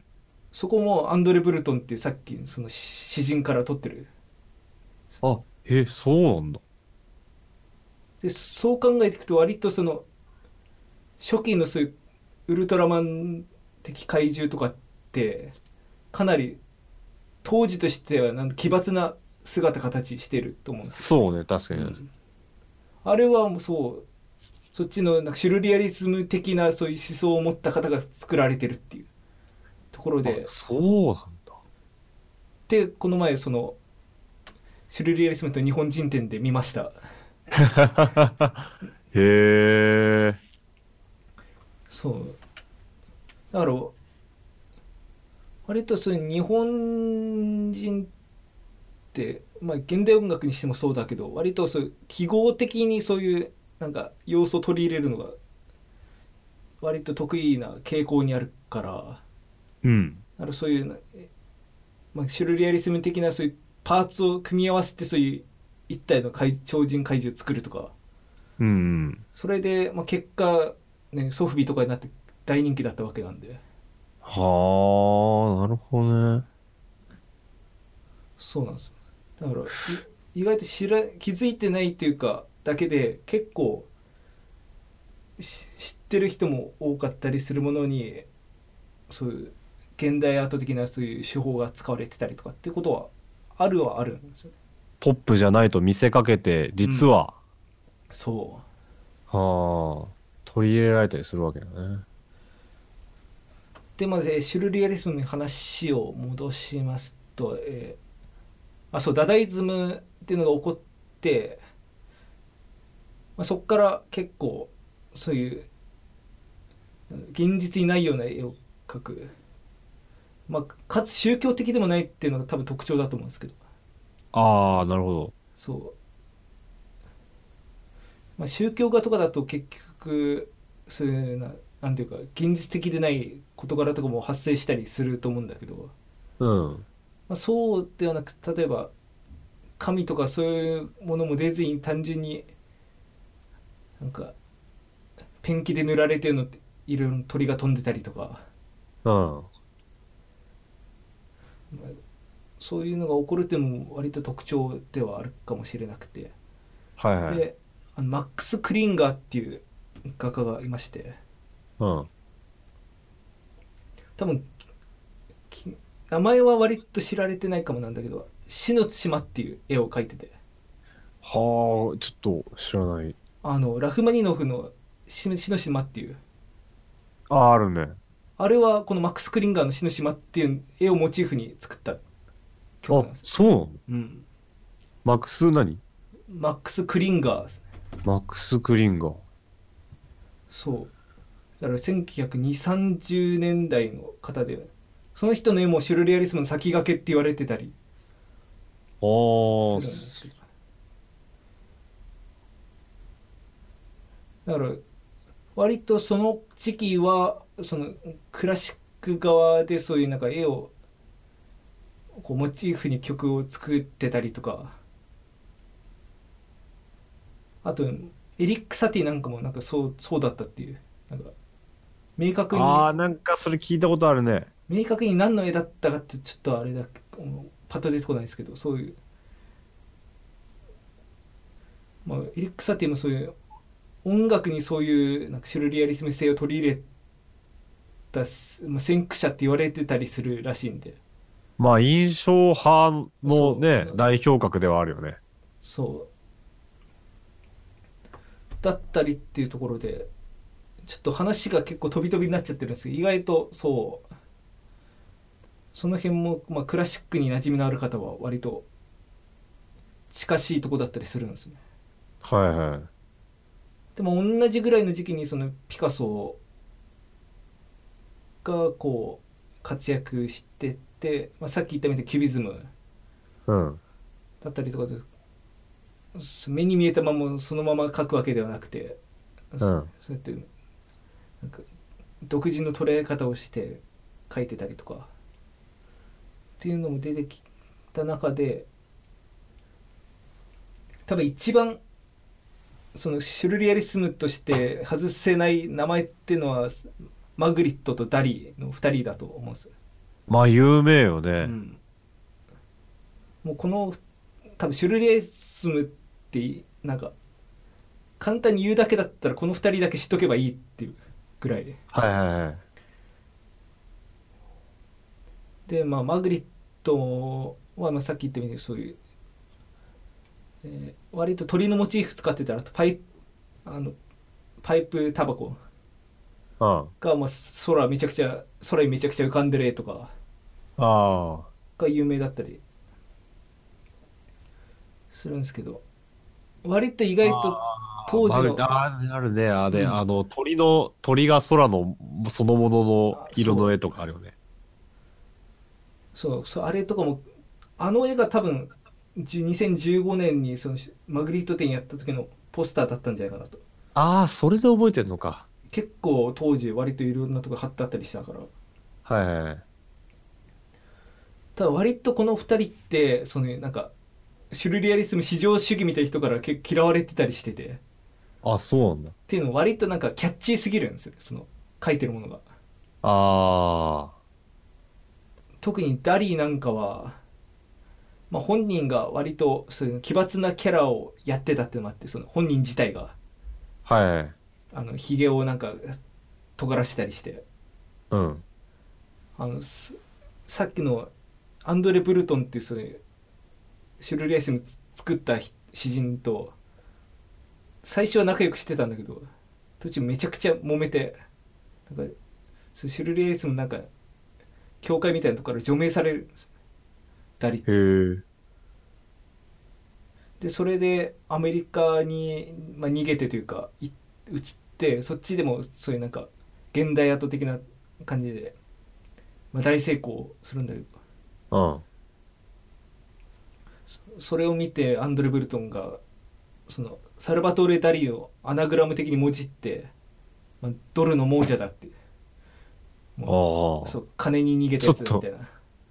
[SPEAKER 1] そこもアンドレ・ブルトンっていうさっきその詩人から取ってる
[SPEAKER 2] あ、へえ、そうなんだ。
[SPEAKER 1] でそう考えていくと割とその初期のそういうウルトラマン的怪獣とかってかなり当時としてはなんか奇抜な姿形してると思うんです
[SPEAKER 2] そうね、確かに。
[SPEAKER 1] うんあれはもうそうそっちのなんかシュルリアリズム的なそういう思想を持った方が作られてるっていうところで
[SPEAKER 2] あそうなんだ。
[SPEAKER 1] でこの前そのシュルリアリスムと日本人展で見ました
[SPEAKER 2] <laughs> へえ。
[SPEAKER 1] そうだから割とそういう日本人って、まあ、現代音楽にしてもそうだけど割とそういう記号的にそういうなんか要素を取り入れるのが割と得意な傾向にあるから
[SPEAKER 2] うん。
[SPEAKER 1] あのそういうな、えまあ、シュルレアリズム的なそういうパーツを組み合わせてそういう一体の怪超人怪獣作るとか
[SPEAKER 2] うんうん。
[SPEAKER 1] それで、まあ、結果、ね、ソフビとかになって大人気だったわけなんで
[SPEAKER 2] はあ、なるほどね。
[SPEAKER 1] そうなんですだからい意外と知ら気づいてないっていうかだけで結構し知ってる人も多かったりするものにそういう現代アート的なそういう手法が使われてたりとかっていうことはあるはあるんですよね。
[SPEAKER 2] ポップじゃないと見せかけて、実は、
[SPEAKER 1] そう
[SPEAKER 2] はあ、取り入れられたりするわけだね。
[SPEAKER 1] でまず、えーシュルリアリスムに話を戻しますと、えーあそうダダイズムっていうのが起こって、まあ、そこから結構そういううん現実にないような絵を描く、まあ、かつ宗教的でもないっていうのが多分特徴だと思うんですけど
[SPEAKER 2] ああ、なるほど。
[SPEAKER 1] そう、まあ、宗教画とかだと結局そういうななんていうか現実的でない事柄とかも発生したりすると思うんだけど、
[SPEAKER 2] うん。
[SPEAKER 1] まあ、そうではなく例えば神とかそういうものも出ずに単純になんかペンキで塗られてるのっていろいろ鳥が飛んでたりとか
[SPEAKER 2] うん。
[SPEAKER 1] そういうのが起こるっていうのも割と特徴ではあるかもしれなくて、
[SPEAKER 2] はいはい。
[SPEAKER 1] であのマックス・クリンガーっていう画家がいまして
[SPEAKER 2] うん。
[SPEAKER 1] 多分き名前は割と知られてないかもなんだけど「死の島」っていう絵を描いてて
[SPEAKER 2] はあ、ちょっと知らない。
[SPEAKER 1] あのラフマニノフの「死の死の島」っていう
[SPEAKER 2] ああ、あるね。
[SPEAKER 1] あれはこのマックス・クリンガーの「死の島」っていう絵をモチーフに作った曲な
[SPEAKER 2] あ
[SPEAKER 1] んですよ、
[SPEAKER 2] そうなの
[SPEAKER 1] うん、
[SPEAKER 2] マックス何
[SPEAKER 1] マックス・クリンガーですね
[SPEAKER 2] マックス・クリンガー。
[SPEAKER 1] そうだから192030年代の方でその人の絵もシュルレアリスムの先駆けって言われてたり
[SPEAKER 2] あ
[SPEAKER 1] するんですけどだから割とその時期はそのクラシック側でそういうなんか絵をこうモチーフに曲を作ってたりとかあとエリック・サティなんかもなんかそうそうだったっていうなんか明確に
[SPEAKER 2] ああ、なんかそれ聞いたことあるね。
[SPEAKER 1] 明確に何の絵だったかってちょっとあれだパッと出てこないですけどそういう、まあ、エリック・サティもそういう音楽にそういうなんかシュルリアリスム性を取り入れたし、まあ、先駆者って言われてたりするらしいんで
[SPEAKER 2] まあ、印象派
[SPEAKER 1] そ
[SPEAKER 2] の
[SPEAKER 1] う
[SPEAKER 2] ね、代表格ではあるよね。
[SPEAKER 1] そうだったりっていうところでちょっと話が結構飛び飛びになっちゃってるんですけど意外とそうその辺も、まあ、クラシックに馴染みのある方は割と近しいとこだったりするんですね
[SPEAKER 2] はいはい。
[SPEAKER 1] でも同じぐらいの時期にそのピカソがこう活躍してって、まあ、さっき言ったみたいにキュビズム
[SPEAKER 2] うん。
[SPEAKER 1] だったりとかです目に見えたままそのまま描くわけではなくて、そ
[SPEAKER 2] うん
[SPEAKER 1] そうやってなんか独自の捉え方をして描いてたりとかっていうのも出てきた中で多分一番そのシュルリアリスムとして外せない名前っていうのはマグリットとダリの2人だと思うんです
[SPEAKER 2] まあ、有名よね。
[SPEAKER 1] うんもうこの多分シュルレアリスムってなんか簡単に言うだけだったらこの2人だけ知っとけばいいっていうぐらい
[SPEAKER 2] はいはいはい。
[SPEAKER 1] でまあマグリットは、まあ、さっき言ったみたいにそういう、えー割と鳥のモチーフ使ってたらあとパイプあのパイプタバコ
[SPEAKER 2] うん。あ
[SPEAKER 1] が、まあ、空めちゃくちゃ空にめちゃくちゃ浮かんでる絵とか
[SPEAKER 2] あ。
[SPEAKER 1] が有名だったりするんですけど割と意外と当時の
[SPEAKER 2] あーあるね、あれ、
[SPEAKER 1] うん
[SPEAKER 2] あの、鳥の、鳥が空のそのものの色の絵とかあるよね。
[SPEAKER 1] そうそうあれとかもあの絵が多分じ2015年にそのマグリット展やった時のポスターだったんじゃないかなと
[SPEAKER 2] ああ、それで覚えてんのか。
[SPEAKER 1] 結構当時割といろんなとこ貼ってあったりしたから
[SPEAKER 2] はいはいはい。
[SPEAKER 1] ただ割とこの2人ってそのねなんかシュルレアリスム至上主義みたいな人からけ嫌われてたりしててっ
[SPEAKER 2] あ、そうなんだ。
[SPEAKER 1] ていうの割となんかキャッチーすぎるんですよその書いてるものが
[SPEAKER 2] あ
[SPEAKER 1] 特にダリーなんかは、まあ、本人が割とそういう奇抜なキャラをやってたっていうのもあってその本人自体が
[SPEAKER 2] あ。はいはい。
[SPEAKER 1] あのひげをなんか尖らしたりして
[SPEAKER 2] うん。
[SPEAKER 1] あのすさっきのアンドレ・ブルトンっていうそういうシュルレアリスム作ったひ詩人と最初は仲良くしてたんだけど途中めちゃくちゃ揉めてなんかそうシュルレアリスムなんか教会みたいなとこから除名されるんですダリって
[SPEAKER 2] へえ。
[SPEAKER 1] でそれでアメリカに、まあ、逃げてというかい移ってそっちでもそういうなんか現代アート的な感じで、まあ、大成功するんだけど
[SPEAKER 2] うん。
[SPEAKER 1] そそれを見てアンドレ・ブルトンがそのサルバトーレ・ダリをアナグラム的にもじって、まあ、ドルの亡者だっても
[SPEAKER 2] あ
[SPEAKER 1] う
[SPEAKER 2] あ。
[SPEAKER 1] そう金に逃げたやつだみたいな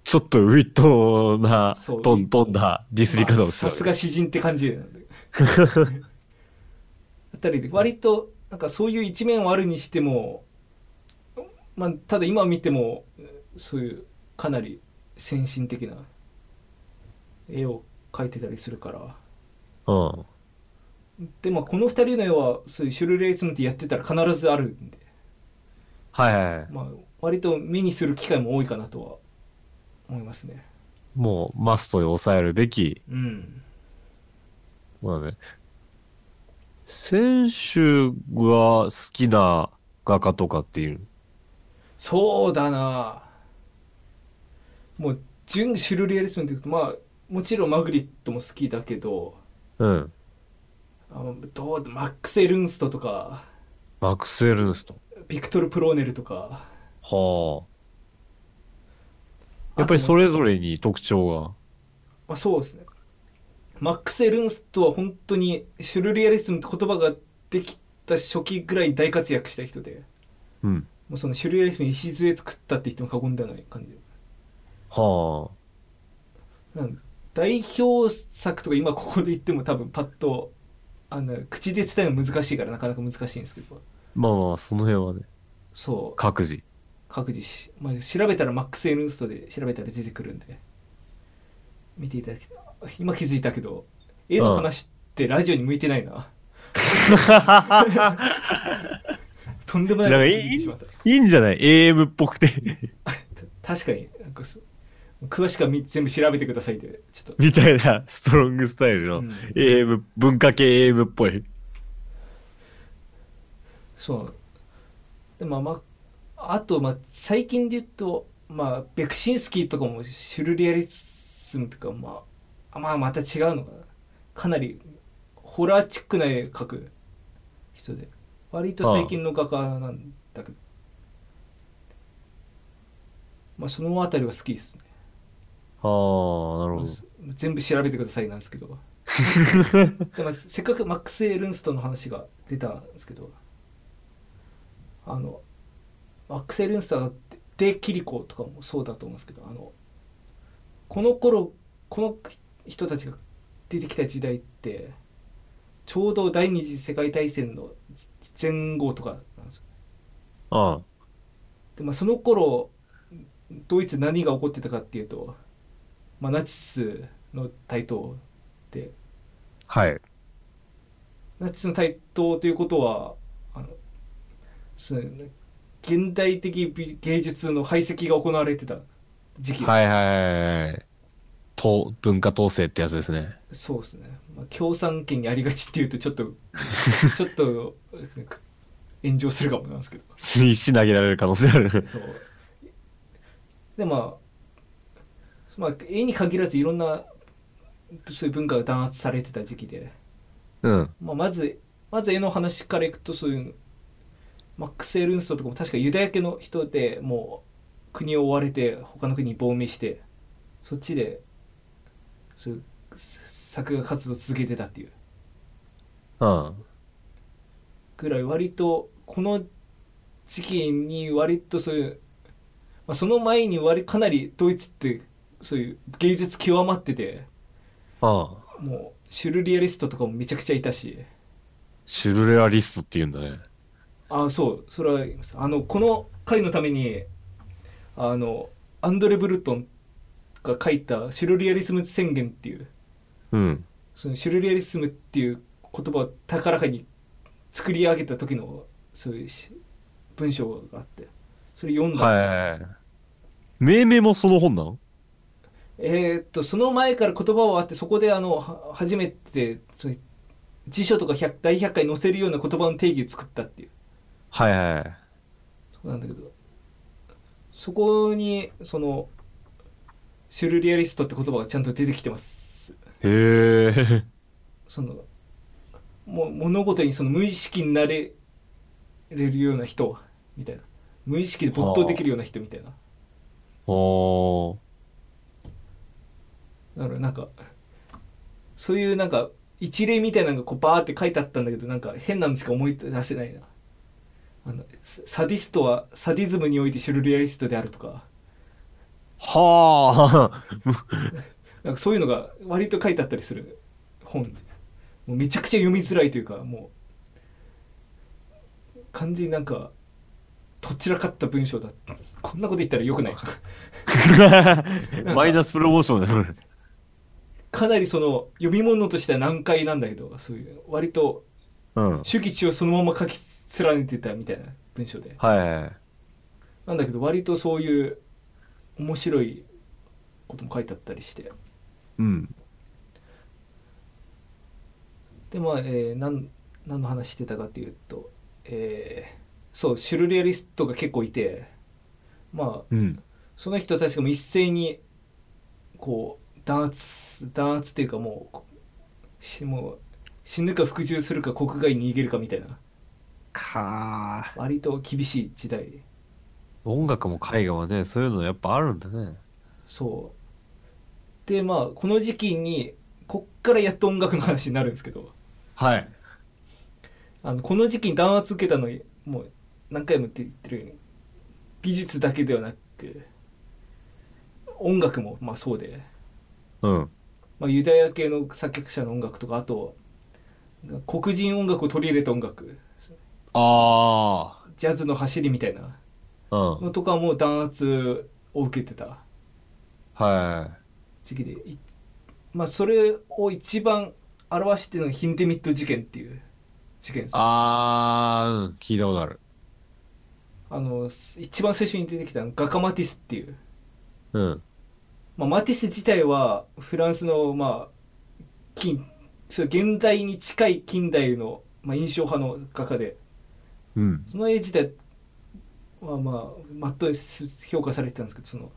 [SPEAKER 2] ちょっとウィットな、
[SPEAKER 1] そう
[SPEAKER 2] とんとんだディスり方
[SPEAKER 1] ま
[SPEAKER 2] を
[SPEAKER 1] あ
[SPEAKER 2] し
[SPEAKER 1] さす
[SPEAKER 2] てる。
[SPEAKER 1] が詩人って
[SPEAKER 2] <laughs>
[SPEAKER 1] 感じなんであたりで割となんかそういう一面はあるにしても、まあ、ただ今見てもそういうかなり先進的な絵を描いてたりするか
[SPEAKER 2] う
[SPEAKER 1] ら
[SPEAKER 2] ん。
[SPEAKER 1] でもこの2人の絵はそういうシュルレイスムってやってたら必ずあるんで、
[SPEAKER 2] はいはいはい。
[SPEAKER 1] まあ、割と目にする機会も多いかなとは思いますね。
[SPEAKER 2] もうマストで抑えるべき。
[SPEAKER 1] うん、
[SPEAKER 2] まあね。選手が好きな画家とかっていう。
[SPEAKER 1] そうだなもう純シュルレアリスムっていうとまあもちろんマグリットも好きだけど
[SPEAKER 2] うん。
[SPEAKER 1] あどうマックス・エルンストとか
[SPEAKER 2] マックス・エルンスト。
[SPEAKER 1] ビクトル・プローネルとか
[SPEAKER 2] はあ。やっぱりそ
[SPEAKER 1] れ
[SPEAKER 2] れぞれに特徴
[SPEAKER 1] あそうですねマックス・エルンストは本当にシュルレアリスムって言葉ができた初期ぐらいに大活躍した人で
[SPEAKER 2] が。うん。
[SPEAKER 1] もうそのシュルレアリスムの礎作ったって言っても過言ではない感じ
[SPEAKER 2] はあ。
[SPEAKER 1] なん代表作とか今ここで言っても多分パッとあの口で伝えるの難しいからなかなか難しいんですけど
[SPEAKER 2] まあまあ、その辺はね、
[SPEAKER 1] そう
[SPEAKER 2] 各自。
[SPEAKER 1] 各自し、まあ、調べたらマックス・エルンストで調べたら出てくるんで見ていただき今気づいたけど絵の話ってラジオに向いてないな、とんでもないこと聞いてしまった <laughs>
[SPEAKER 2] いいんじゃない ?AM っぽくて、 <laughs>
[SPEAKER 1] 確かになんかす詳しくはみ全部調べてくださいってちょっと
[SPEAKER 2] みたいなストロングスタイル
[SPEAKER 1] う
[SPEAKER 2] の
[SPEAKER 1] ん
[SPEAKER 2] AM、文化系 AM っぽい。
[SPEAKER 1] そうでまあまああとまあ最近で言うとまあベクシンスキーとかもシュルレアリスムとかまあまあまた違うのかなかなりホラーチックな絵描く人で割と最近の画家なんだけどまあその辺りは好きですね
[SPEAKER 2] ああ、なるほど。
[SPEAKER 1] 全部調べてくださいなんです
[SPEAKER 2] <laughs>
[SPEAKER 1] けどでもせっかくマックス・エルンストの話が出たんですけどあのマックス・エルンストはデ・キリコとかもそうだと思うんですけどあのこの頃この人たちが出てきた時代ってちょうど第二次世界大戦の前後とかなんですよ
[SPEAKER 2] ああ、
[SPEAKER 1] で、まあ、その頃ドイツ何が起こってたかっていうと、まあ、ナチスの台頭で
[SPEAKER 2] はい。
[SPEAKER 1] ナチスの台頭ということはあのその現代的美芸術の排斥が行われてた時期
[SPEAKER 2] はいはいはい。と、文化統制ってやつですね。 <laughs>
[SPEAKER 1] そうですね、まあ、共産権にありがちっていうとちょっとちょっと <laughs> なんか炎上するかもなんですけど
[SPEAKER 2] 石投げられる可能性ある。
[SPEAKER 1] そうでまあ、まあ、絵に限らずいろんなそういう文化が弾圧されてた時期で、
[SPEAKER 2] <laughs> うん。
[SPEAKER 1] まあ、まずまず絵の話からいくとそういうマックス・エルンストとかも確かユダヤ系の人でもう国を追われて他の国に亡命してそっちでそういう作画活動を続けてたっていう
[SPEAKER 2] うん。
[SPEAKER 1] ぐらい割とこの時期に割とそういう、まあ、その前に割かなりドイツってそういう芸術極まってて
[SPEAKER 2] ああ。
[SPEAKER 1] もうシュルリアリストとかもめちゃくちゃいたし
[SPEAKER 2] シュルレアリストって言うんだね。
[SPEAKER 1] あそうそれはあのこの回のためにあのアンドレ・ブルトンが書いた「シュルリアリスム宣言」っていう
[SPEAKER 2] うん。
[SPEAKER 1] そのシュルリアリスムっていう言葉を高らかに作り上げた時のそういうし文章があってそれ読んだんですよ
[SPEAKER 2] はい。命名もその本なの
[SPEAKER 1] えーっとその前から言葉はあってそこであのは初めてその辞書とか百大百科に載せるような言葉の定義を作ったっていう
[SPEAKER 2] はいはいはい。
[SPEAKER 1] とこなんだけどそこにそのシュルリアリストって言葉がちゃんと出てきてます
[SPEAKER 2] へえ。 <laughs>
[SPEAKER 1] そのもう物事にその無意識になれれるような人みたいな無意識で没頭できるような人みたいな
[SPEAKER 2] おー。
[SPEAKER 1] だからなんかそういうなんか一例みたいなのがこうバーって書いてあったんだけどなんか変なのしか思い出せないなあのササディストはサディズムにおいてシュルレアリストであるとか
[SPEAKER 2] はあ。 <laughs>
[SPEAKER 1] なんかそういうのが割と書いてあったりする本でもうめちゃくちゃ読みづらいというかもう完全になんかとっちらかった文章だこんなこと言ったらよくない
[SPEAKER 2] マイナスプロモーションだね。
[SPEAKER 1] かなりその読み物としては難解なんだけどそういう割と
[SPEAKER 2] うん。はい
[SPEAKER 1] 主義地をそのまま書き連ねてたみたいな文章で
[SPEAKER 2] はい。
[SPEAKER 1] なんだけど割とそういう面白いことも書いてあったりして
[SPEAKER 2] うん。
[SPEAKER 1] でまあ、えー、なん何の話してたかっていうと、えーそうシュルレアリストが結構いてまあ
[SPEAKER 2] うん。
[SPEAKER 1] その人たちがもう一斉にこう弾圧弾圧っていうかもうしもう死ぬか服従するか国外に逃げるかみたいな
[SPEAKER 2] かあ。
[SPEAKER 1] 割と厳しい時代
[SPEAKER 2] 音楽も絵画もね、そういうのやっぱあるんだね。
[SPEAKER 1] そうでまあこの時期にこっからやっと音楽の話になるんですけど
[SPEAKER 2] はい。
[SPEAKER 1] あのこの時期に弾圧受けたのにもう何回も言ってるように美術だけではなく音楽もまあそうで、
[SPEAKER 2] うん。
[SPEAKER 1] まあ、ユダヤ系の作曲者の音楽とかあと黒人音楽を取り入れた音楽
[SPEAKER 2] あ
[SPEAKER 1] ジャズの走りみたいな
[SPEAKER 2] あ。うん。
[SPEAKER 1] のとかも弾圧を受けてた
[SPEAKER 2] は
[SPEAKER 1] 時期でいまあそれを一番表してるのがヒンデミット事件っていう事件で
[SPEAKER 2] い。
[SPEAKER 1] すあ
[SPEAKER 2] ああ、うん。聞いたことある。
[SPEAKER 1] の一番最初に出てきたのガカマティスっていう、
[SPEAKER 2] うん。
[SPEAKER 1] まあ、マティス自体はフランスのまあ近そう現代に近い近代の、まあ、印象派の画家で
[SPEAKER 2] うん。
[SPEAKER 1] その絵自体はまあまっとうに評価されてたんですけどその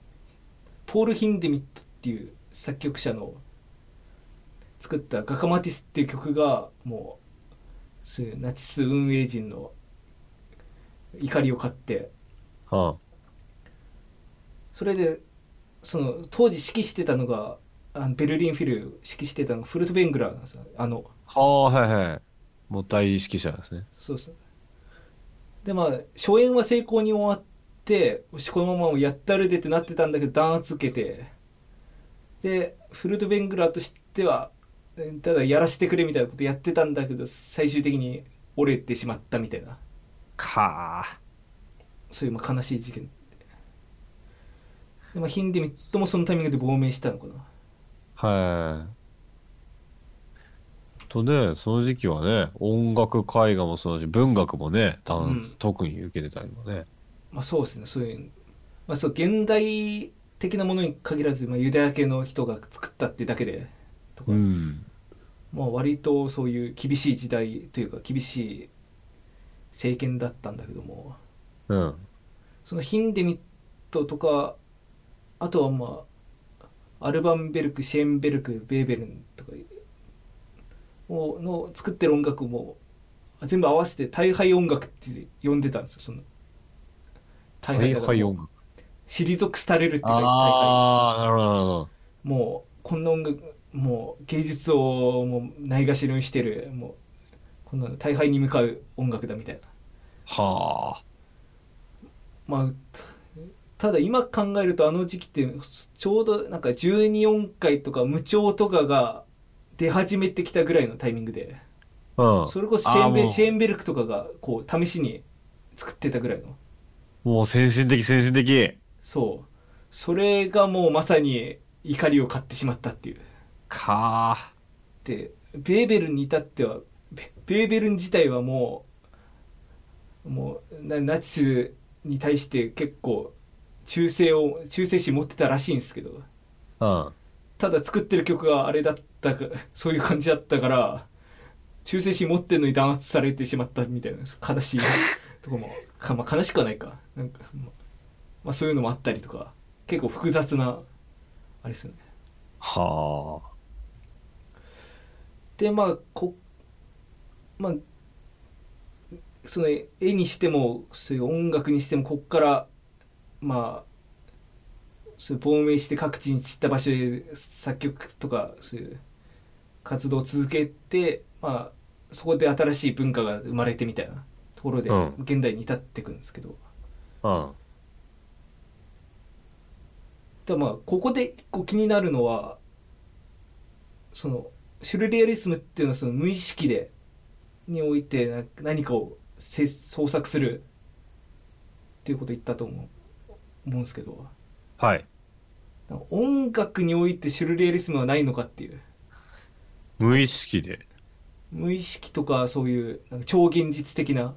[SPEAKER 1] ポール・ヒンデミットっていう作曲者の作った「ガカマティス」っていう曲がもうそういうナチス運営陣の怒りを買って
[SPEAKER 2] は
[SPEAKER 1] それでその当時指揮してたのがあのベルリンフィル指揮してたのがフルトベングラーなんですよあの
[SPEAKER 2] あ。はあ、はいはい。もう大指揮者ですね。
[SPEAKER 1] そうですねでまあ初演は成功に終わってよしこのままやったるでってなってたんだけど弾圧受けてでフルートベングラーとしてはえーただやらしてくれみたいなことやってたんだけど最終的に折れてしまったみたいな
[SPEAKER 2] かあ。
[SPEAKER 1] そういうまあ悲しい事件で、まあ、ヒンデミットもそのタイミングで亡命したのかな
[SPEAKER 2] はい。とね、その時期はね、音楽、絵画もそうだし、文学もね、ダンス、
[SPEAKER 1] うん
[SPEAKER 2] 特に受けてたりもね。
[SPEAKER 1] まあそうですねそういう、まあ、そう現代的なものに限らず、まあ、ユダヤ系の人が作ったってだけでとか、
[SPEAKER 2] ん。
[SPEAKER 1] まあ、割とそういう厳しい時代というか厳しい政権だったんだけども
[SPEAKER 2] うん。
[SPEAKER 1] そのヒンデミットとかあとはまあアルバンベルクシェーンベルクベーベルンとかをの作ってる音楽も全部合わせて大敗音楽って呼んでたんですよその大
[SPEAKER 2] はい
[SPEAKER 1] だか
[SPEAKER 2] は
[SPEAKER 1] ら
[SPEAKER 2] い
[SPEAKER 1] も
[SPEAKER 2] 音
[SPEAKER 1] う
[SPEAKER 2] 楽。
[SPEAKER 1] 退く廃れるって書いて大敗
[SPEAKER 2] ああ、なるほど、なるほど。
[SPEAKER 1] もうこんな音楽もう芸術をもうないがしろにしてるもうこんなの大敗に向かう音楽だみたいな
[SPEAKER 2] はあ。
[SPEAKER 1] まあたただ今考えるとあの時期ってちょうどなんか124回とか無調とかが出始めてきたぐらいのタイミングで
[SPEAKER 2] うん
[SPEAKER 1] それこそシェーンベ
[SPEAKER 2] あーもう
[SPEAKER 1] シェーンベルクとかがこう試しに作ってたぐらいの
[SPEAKER 2] もう先進的先進的
[SPEAKER 1] そうそれがもうまさに怒りを買ってしまったっていう
[SPEAKER 2] かあ
[SPEAKER 1] でベーベルに至ってはベベーベルン自体はもうもうなナチスに対して結構忠誠を忠誠心持ってたらしいんですけど
[SPEAKER 2] うん
[SPEAKER 1] ただ作ってる曲があれだったかそういう感じだったから忠誠心持ってるのに弾圧されてしまったみたいな悲しいとこもか、まあ、悲しくはないかなんか、まあまあ、そういうのもあったりとか結構複雑なあれですよね。
[SPEAKER 2] はあ
[SPEAKER 1] でまあこまあその絵にしてもそういう音楽にしてもこっからまあそういう亡命して各地に散った場所で作曲とかそういう活動を続けてまあそこで新しい文化が生まれてみたいなところで
[SPEAKER 2] うん
[SPEAKER 1] 現代に至ってくるんですけど、
[SPEAKER 2] うん
[SPEAKER 1] だからまあここで一個気になるのはそのシュルレアリスムっていうのはその無意識でにおいてな何かをせ創作するっていうことを言ったと思う思うんですけど
[SPEAKER 2] はい
[SPEAKER 1] なんか音楽においてシュルレアリスムはないのかっていう
[SPEAKER 2] 無意識で
[SPEAKER 1] 無意識とかそういうなんか超現実的な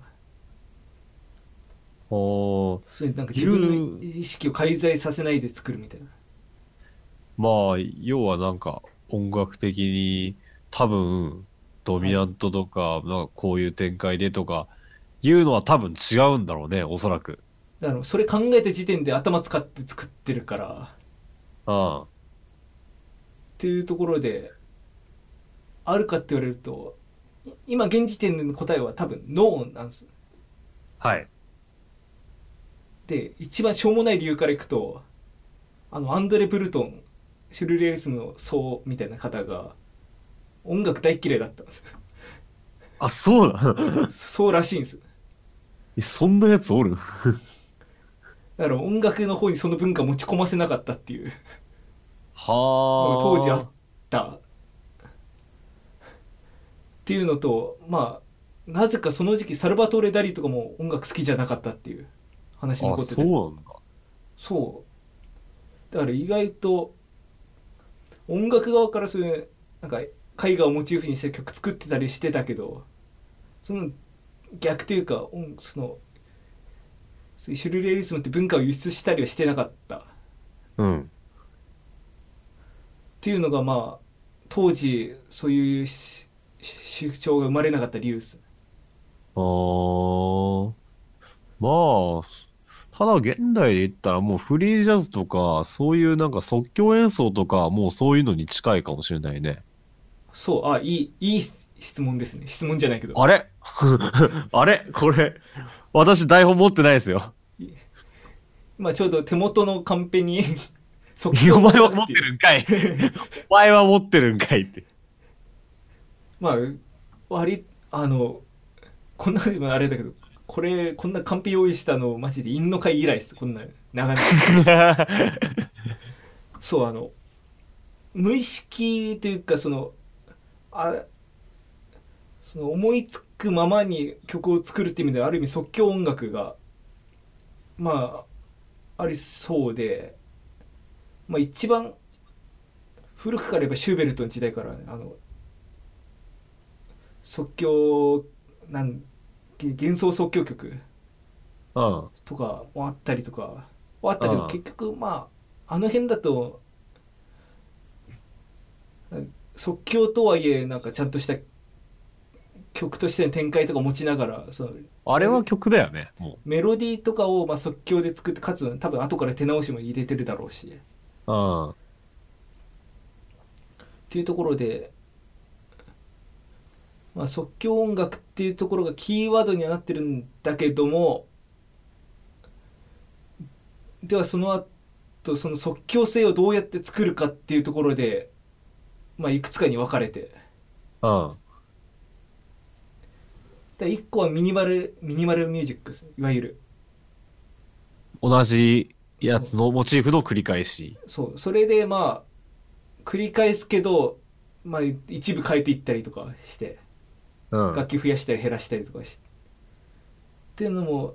[SPEAKER 2] おー
[SPEAKER 1] そういうなんか自分の意識を介在させないで作るみたいな。
[SPEAKER 2] まあ要はなんか音楽的に多分ドミナントとかなんかこういう展開でとかいうのは多分違うんだろうねおそらく
[SPEAKER 1] だからそれ考えた時点で頭使って作ってるか
[SPEAKER 2] う
[SPEAKER 1] ら
[SPEAKER 2] ん
[SPEAKER 1] っていうところであるかって言われるとい今現時点での答えは多分ノーなんです
[SPEAKER 2] はい
[SPEAKER 1] で一番しょうもない理由からいくとあのアンドレ・ブルトンシュルレアリスムの僧みたいな方が音楽大嫌いだったんです
[SPEAKER 2] あそうだ
[SPEAKER 1] そうらしいんです
[SPEAKER 2] <laughs> えそんなやつおる
[SPEAKER 1] だから音楽の方にその文化持ち込ませなかったっていう
[SPEAKER 2] はあ
[SPEAKER 1] 当時あったっていうのとまあなぜかその時期サルバトーレ・ダリとかも音楽好きじゃなかったっていう話に
[SPEAKER 2] あ
[SPEAKER 1] 残って
[SPEAKER 2] そ
[SPEAKER 1] て
[SPEAKER 2] うなんだ
[SPEAKER 1] そうだから意外と音楽側からそういうなんか絵画をモチーフにして曲作ってたりしてたけどその逆というか音そのそういうシュルレアリスムって文化を輸出したりはしてなかった
[SPEAKER 2] うん
[SPEAKER 1] っていうのがまあ当時そういうしし主張が生まれなかった理由です
[SPEAKER 2] あーまあただ現代で言ったらもうフリージャズとかそういうなんか即興演奏とかもうそういうのに近いかもしれないね
[SPEAKER 1] そうあいいいい質質問ですね質問じゃないけど
[SPEAKER 2] あれ <laughs> あれこれ、私台本持ってないですよ。
[SPEAKER 1] まあちょうど手元のカンペに <laughs> 即
[SPEAKER 2] お前は持ってるん
[SPEAKER 1] <laughs>
[SPEAKER 2] かい。お前は持ってるんかいって。 <laughs>
[SPEAKER 1] まあ割あのこんなまああれだけどこれこんなカンペ用意したのマジで陰の会以来ですこんな長年そうあの無意識というかそのあその思いつくままに曲を作るっていう意味ではある意味即興音楽がまあありそうで、まあ、一番古くから言えばシューベルトの時代から、ね、あの即興なんげ幻想即興曲
[SPEAKER 2] うん。
[SPEAKER 1] とかもあったりとかはあったけ
[SPEAKER 2] う
[SPEAKER 1] ど
[SPEAKER 2] ん
[SPEAKER 1] 結局まああの辺だと即興とはいえなんかちゃんとした曲としての展開とか持ちながらその
[SPEAKER 2] あれは曲だよね。も
[SPEAKER 1] メロディーとかをまあ即興で作ってかつ多分後から手直しも入れてるだろうしっ
[SPEAKER 2] う。うん。
[SPEAKER 1] ていうところで、まあ、即興音楽っていうところがキーワードにはなってるんだけどもではその後その即興性をどうやって作るかっていうところで、まあ、いくつかに分かれて
[SPEAKER 2] うん。
[SPEAKER 1] で1個はミニマルミニマルミュージックですいわゆる
[SPEAKER 2] 同じやつのモチーフの繰り返し。
[SPEAKER 1] そうそれでまあ繰り返すけど、まあ、一部変えていったりとかして
[SPEAKER 2] うん。
[SPEAKER 1] 楽器増やしたり減らしたりとかしてっていうのも、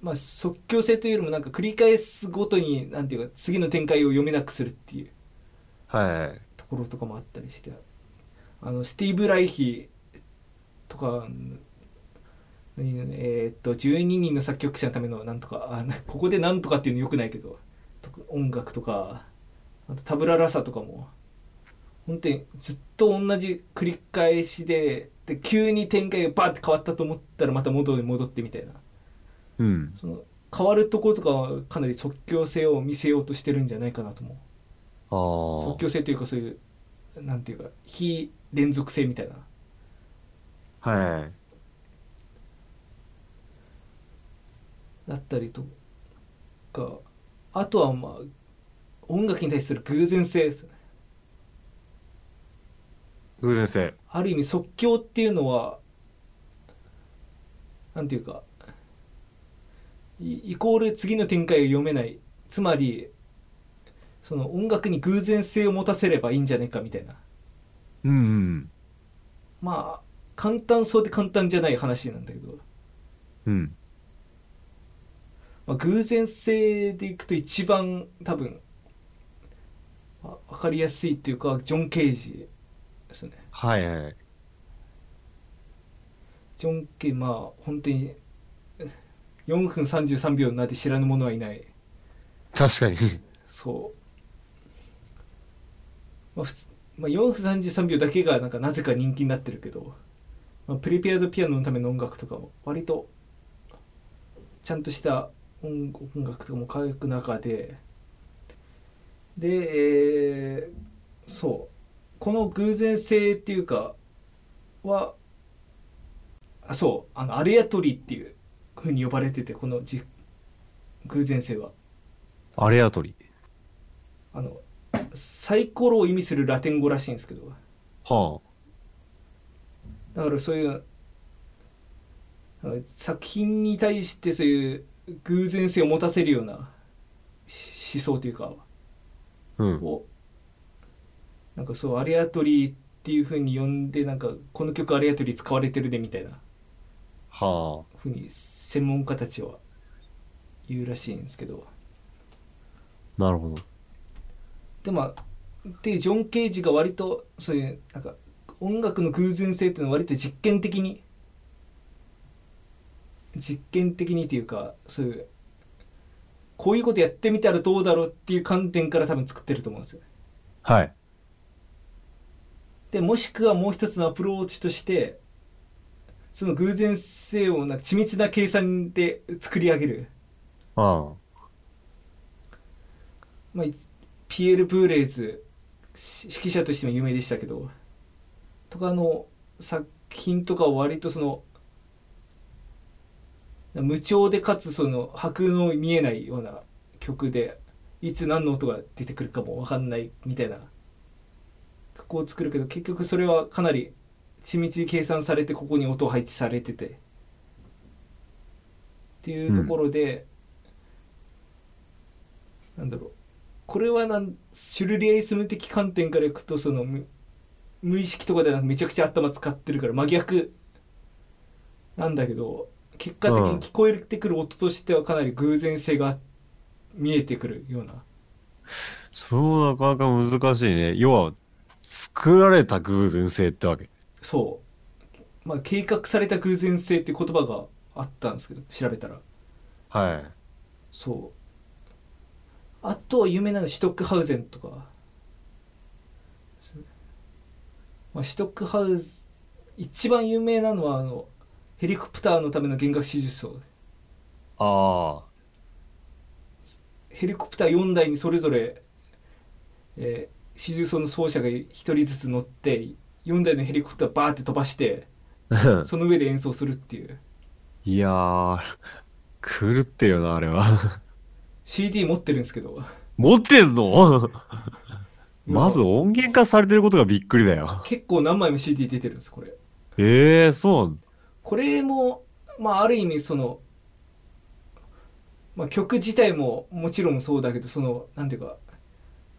[SPEAKER 1] まあ、即興性というよりもなんか繰り返すごとになんていうか次の展開を読めなくするっていう
[SPEAKER 2] はい。
[SPEAKER 1] ところとかもあったりしてあのスティーブ・ライヒとか何えーっと12人の作曲者のためのなんとかあなここでなんとかっていうのよくないけどと音楽とかあとタブララサとかも本当にずっと同じ繰り返しでで急に展開がバーって変わったと思ったらまた元に戻ってみたいな
[SPEAKER 2] うん。
[SPEAKER 1] その変わるところとかはかなり即興性を見せようとしてるんじゃないかなと思
[SPEAKER 2] あ
[SPEAKER 1] う。
[SPEAKER 2] あ。
[SPEAKER 1] 即興性というかそういうなんていうか非連続性みたいな
[SPEAKER 2] はい。
[SPEAKER 1] だったりとかあとはまあ音楽に対する偶然性ですね
[SPEAKER 2] 偶然性。
[SPEAKER 1] ある意味即興っていうのはなんていうかイイコール次の展開を読めないつまりその音楽に偶然性を持たせればいいんじゃないかみたいな
[SPEAKER 2] うん、うん。
[SPEAKER 1] まあ簡単そうで簡単じゃない話なんだけど
[SPEAKER 2] うん。
[SPEAKER 1] まあ、偶然性でいくと一番多分わ分かりやすいっていうかジョン・ケージですよね
[SPEAKER 2] はいはい。
[SPEAKER 1] ジョン・ケージまあ本当に4分33秒になって知らぬ者はいない
[SPEAKER 2] 確
[SPEAKER 1] <laughs>
[SPEAKER 2] かに。
[SPEAKER 1] そう、まあ普通まあ、4分33秒だけがなんかなぜか人気になってるけど、まあ、プリペアドピアノのための音楽とかも割とちゃんとした音音楽とかも書く中でで、えーそうこの偶然性っていうかはあそうあのアレアトリっていうふうに呼ばれててこのじ偶然性は。
[SPEAKER 2] アレアトリ。
[SPEAKER 1] あのサイコロを意味するラテン語らしいんですけど
[SPEAKER 2] は
[SPEAKER 1] だからそういうなんか作品に対してそういう偶然性を持たせるようなし思想というか
[SPEAKER 2] あ。うん。
[SPEAKER 1] をなんかそうアレアトリーっていう風に呼んでなんかこの曲アレアトリー使われてるでみたいな
[SPEAKER 2] は
[SPEAKER 1] ふうに専門家たちは言うらしいんですけど
[SPEAKER 2] あ。なるほど。
[SPEAKER 1] でまあでジョン・ケージが割とそういうなんか音楽の偶然性っていうのは割と実験的に実験的にというかそういうこういうことやってみたらどうだろうっていう観点から多分作ってると思うんですよ。
[SPEAKER 2] はい。
[SPEAKER 1] でもしくはもう一つのアプローチとしてその偶然性をなんか緻密な計算で作り上げる、
[SPEAKER 2] ああ。
[SPEAKER 1] まあ、いピエール・ブーレイズし指揮者としても有名でしたけどとかの作品とかは割とその無調でかつその白の見えないような曲でいつ何の音が出てくるかも分かんないみたいな曲を作るけど結局それはかなり緻密に計算されてここに音配置されててっていうところで、なんだろうこれはなんシュルレアリスム的観点からいくとその無無意識とかではなくめちゃくちゃ頭使ってるから真逆なんだけど結果的に聞こえてくる音としてはかなり偶然性が見えてくるような
[SPEAKER 2] それもなかなか難しいね。要は、作られた偶然性ってわけ。
[SPEAKER 1] そう、まあ、計画された偶然性っていう言葉があったんですけど調べたら
[SPEAKER 2] はい。
[SPEAKER 1] そうあと有名なのはシュトックハウゼンとか、まあ、シュトックハウゼ一番有名なのはあのヘリコプターのための弦楽手術奏
[SPEAKER 2] ああ。
[SPEAKER 1] ヘリコプター4台にそれぞれ、えー、手術奏の奏者が1人ずつ乗って4台のヘリコプターバーって飛ばしてその上で演奏するっていう
[SPEAKER 2] <laughs> いやー、狂ってるよな、あれは。 <laughs>
[SPEAKER 1] CD 持ってるんですけど
[SPEAKER 2] 持ってん <laughs> の
[SPEAKER 1] いや
[SPEAKER 2] まず音源化されてることがびっくりだよ。
[SPEAKER 1] 結構何枚も CD 出てるんですこれ
[SPEAKER 2] ええー、そうなんだ。
[SPEAKER 1] これも、まあ、ある意味そのまあ、曲自体ももちろんそうだけどそのなんていうか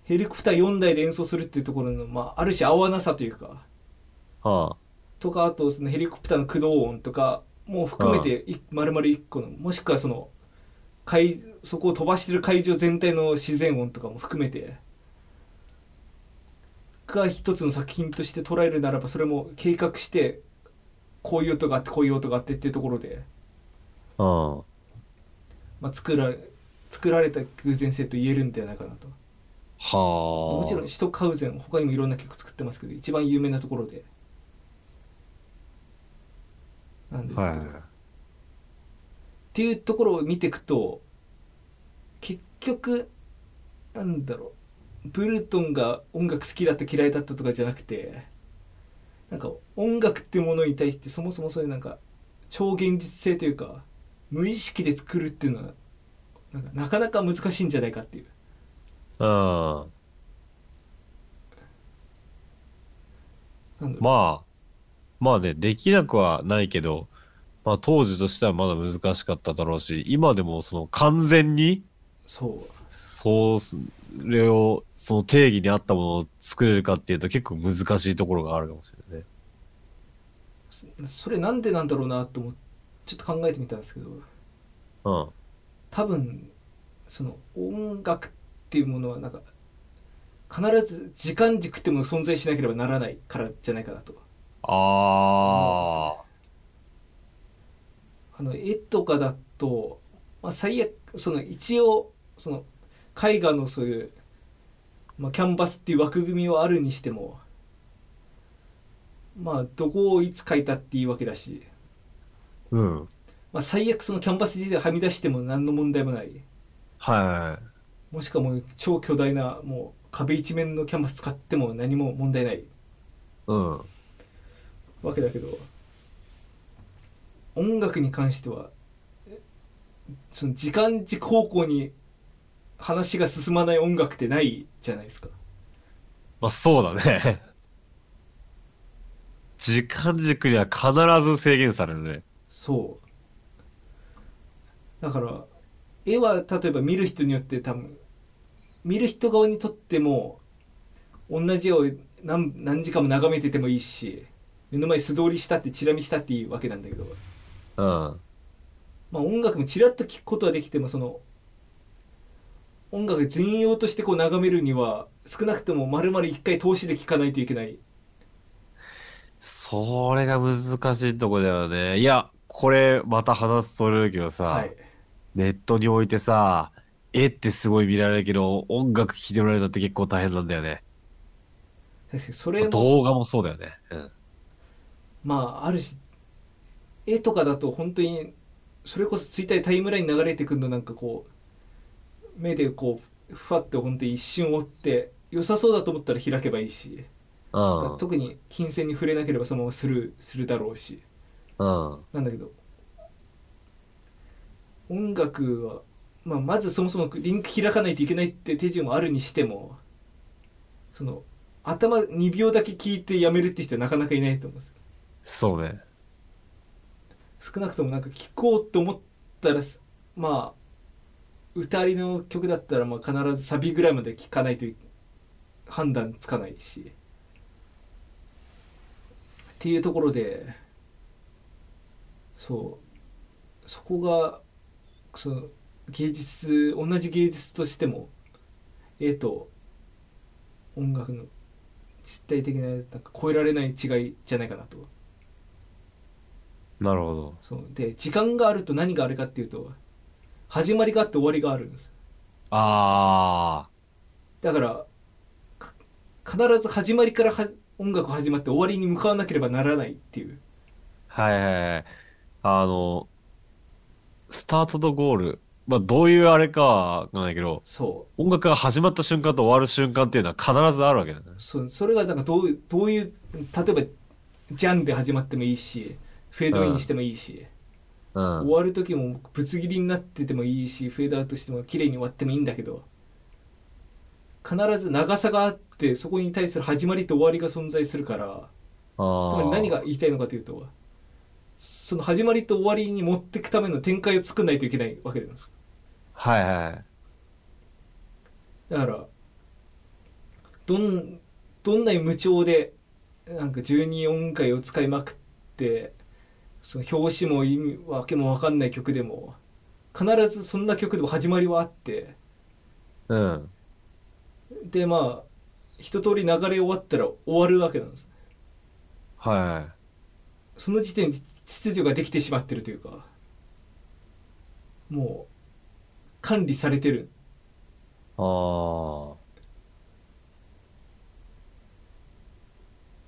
[SPEAKER 1] ヘリコプター4台で演奏するっていうところの、まあ、ある種合わなさというか
[SPEAKER 2] は
[SPEAKER 1] とかあとそのヘリコプターの駆動音とかも含めてい丸々1個のもしくはその海そこを飛ばしてる会場全体の自然音とかも含めてが一つの作品として捉えるならばそれも計画してこういう音があってこういう音があってっていうところで、
[SPEAKER 2] あ、は
[SPEAKER 1] まあ、作ら作られた偶然性と言えるんではないかなと
[SPEAKER 2] あ、はあ。
[SPEAKER 1] もちろんシュトカウゼン他にもいろんな曲作ってますけど一番有名なところでなんですけど、
[SPEAKER 2] はい。
[SPEAKER 1] っていうところを見ていくと結局なんだろうブルトンが音楽好きだった嫌いだったとかじゃなくてなんか音楽ってものに対してそもそもそういうなんか超現実性というか無意識で作るっていうのはなんかなかなか難しいんじゃないかっていう
[SPEAKER 2] ああ。
[SPEAKER 1] なんだろう
[SPEAKER 2] まあ、まあね、できなくはないけど、まあ当時としてはまだ難しかっただろうし、今でもその完全に、
[SPEAKER 1] そう
[SPEAKER 2] そう、それを、その定義に合ったものを作れるかっていうと結構難しいところがあるかもしれないね。
[SPEAKER 1] そそれなんでなんだろうなと思ってちょっと考えてみたんですけど
[SPEAKER 2] うん。
[SPEAKER 1] 多分その音楽っていうものはなんか必ず時間軸ってものが存在しなければならないからじゃないかなと
[SPEAKER 2] あ
[SPEAKER 1] あの絵とかだと、まあ、最悪その一応その絵画のそういう、まあ、キャンバスっていう枠組みはあるにしてもまあどこをいつ描いたっていいわけだし、
[SPEAKER 2] ー。うん。
[SPEAKER 1] まあ、最悪そのキャンバス自体はみ出しても何の問題もない。
[SPEAKER 2] は
[SPEAKER 1] もしくはもう超巨大なもう壁一面のキャンバス使っても何も問題ない
[SPEAKER 2] い。うん。
[SPEAKER 1] わけだけど音楽に関してはえその時間軸方向に話が進まない音楽ってないじゃないですか
[SPEAKER 2] まあそうだね。 <laughs> 時間軸には必ず制限されるね。
[SPEAKER 1] そうだから絵は例えば見る人によって多分見る人側にとっても同じ絵を何何時間も眺めててもいいし目の前素通りしたってチラ見したっていいわけなんだけど
[SPEAKER 2] うん。
[SPEAKER 1] まあ、音楽もちらっと聴くことはできてもその音楽全容としてこう眺めるには少なくとも丸々一回通しで聴かないといけない
[SPEAKER 2] それが難しいとこだよね。いや、これまた話それるけどさ、
[SPEAKER 1] はい
[SPEAKER 2] ネットにおいてさ、絵ってすごい見られるけど、音楽聴いてもらえるのって結構大変なんだよね。
[SPEAKER 1] 確かにそれも
[SPEAKER 2] 動画もそうだよね。うん。
[SPEAKER 1] まああるし絵とかだと本当にそれこそツイッターでタイムラインに流れてくるのなんかこう目でこうふわって本当に一瞬追って良さそうだと思ったら開けばいいし
[SPEAKER 2] うん。
[SPEAKER 1] 特に金銭に触れなければそのままスルーするだろうし
[SPEAKER 2] うん。
[SPEAKER 1] なんだけど音楽は、まあ、まずそもそもリンク開かないといけないって手順はあるにしてもその頭2秒だけ聞いてやめるって人はなかなかいないと思うんです
[SPEAKER 2] そうね。
[SPEAKER 1] 少なくともなんか聴こうと思ったらすまあ歌ありの曲だったらまあ必ずサビぐらいまで聴かないとい判断つかないしっていうところでそうそこがその芸術同じ芸術としても絵と音楽の実体的ななんか超えられない違いじゃないかなと。
[SPEAKER 2] なるほど。
[SPEAKER 1] そうで時間があると何があるかっていうと始まりがあって終わりがあるんです
[SPEAKER 2] あ
[SPEAKER 1] だからか必ず始まりからは音楽始まって終わりに向かわなければならないってい
[SPEAKER 2] ー。
[SPEAKER 1] う
[SPEAKER 2] はいはいはい。あの、スタートとゴール。まあ、どういうあれかはわかんないけど、
[SPEAKER 1] そ
[SPEAKER 2] 音楽が始まった瞬間と終わる瞬間っていうのは必ずあるわけだね
[SPEAKER 1] う。そそれがなんかどういうどういう例えばジャンで始まってもいいしフェードインしてもいいし、
[SPEAKER 2] うん。
[SPEAKER 1] 終わる時もぶつ切りになっててもいいしフェードアウトしても綺麗に終わってもいいんだけど必ず長さがあってそこに対する始まりと終わりが存在するから
[SPEAKER 2] ああ。
[SPEAKER 1] つまり何が言いたいのかというとその始まりと終わりに持っていくための展開を作らないといけないわけなんです
[SPEAKER 2] はいはい。
[SPEAKER 1] だからどんどんなに無調でなんか12音階を使いまくってその表紙も意味わけも分かんない曲でも必ずそんな曲でも始まりはあって
[SPEAKER 2] うん。
[SPEAKER 1] でまあ一通り流れ終わったら終わるわけなんです
[SPEAKER 2] はいはい。
[SPEAKER 1] その時点で秩序ができてしまってるというかもう管理されてる
[SPEAKER 2] ああ。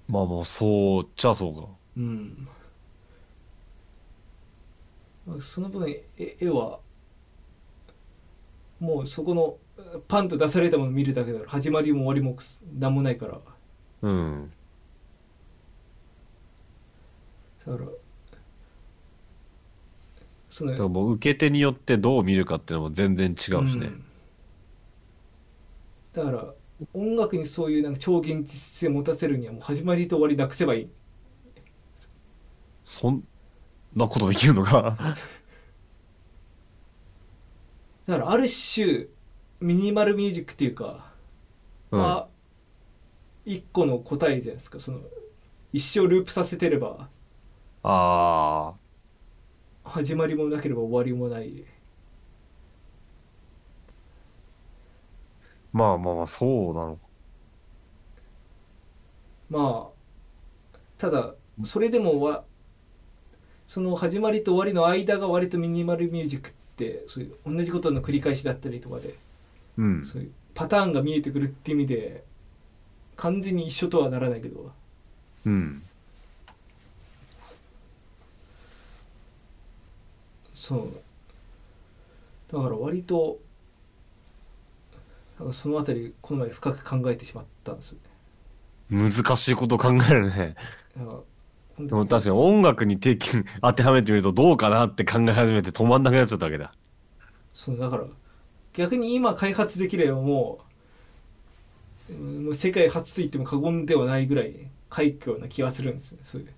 [SPEAKER 2] まあもうそうっちゃそうか。
[SPEAKER 1] うんその分絵絵はもうそこのパンと出されたもの見るだけだから始まりも終わりもくす何もないから
[SPEAKER 2] うん。
[SPEAKER 1] だからその
[SPEAKER 2] だからもう受け手によってどう見るかっていうのも全然違うしね
[SPEAKER 1] う。んだから音楽にそういうなんか超現実性を持たせるにはもう始まりと終わりなくせばいい
[SPEAKER 2] そんなことできるのか。
[SPEAKER 1] だからある種ミニマルミュージックっていうか
[SPEAKER 2] うん。は
[SPEAKER 1] は一個の答えじゃないですかその一生ループさせてれば
[SPEAKER 2] ああ。
[SPEAKER 1] 始まりもなければ終わりもない
[SPEAKER 2] まあまあまあ、そうなの。
[SPEAKER 1] まあただそれでもわその始まりと終わりの間が割とミニマルミュージックってそういう同じことの繰り返しだったりとかで
[SPEAKER 2] うん。
[SPEAKER 1] そういうパターンが見えてくるって意味で完全に一緒とはならないけど
[SPEAKER 2] うん。
[SPEAKER 1] そうだから割となんかその辺りこの前深く考えてしまったんですよね
[SPEAKER 2] 難しいこと考えるね。
[SPEAKER 1] だから本
[SPEAKER 2] で
[SPEAKER 1] 当
[SPEAKER 2] も
[SPEAKER 1] に
[SPEAKER 2] 確かに音楽に定期当てはめてみるとどうかなって考え始めて止まんなくなっちゃったわけだ。
[SPEAKER 1] そうだから逆に今開発できればもううんもう世界初と言っても過言ではないぐらい快挙な気がするんですよねそういう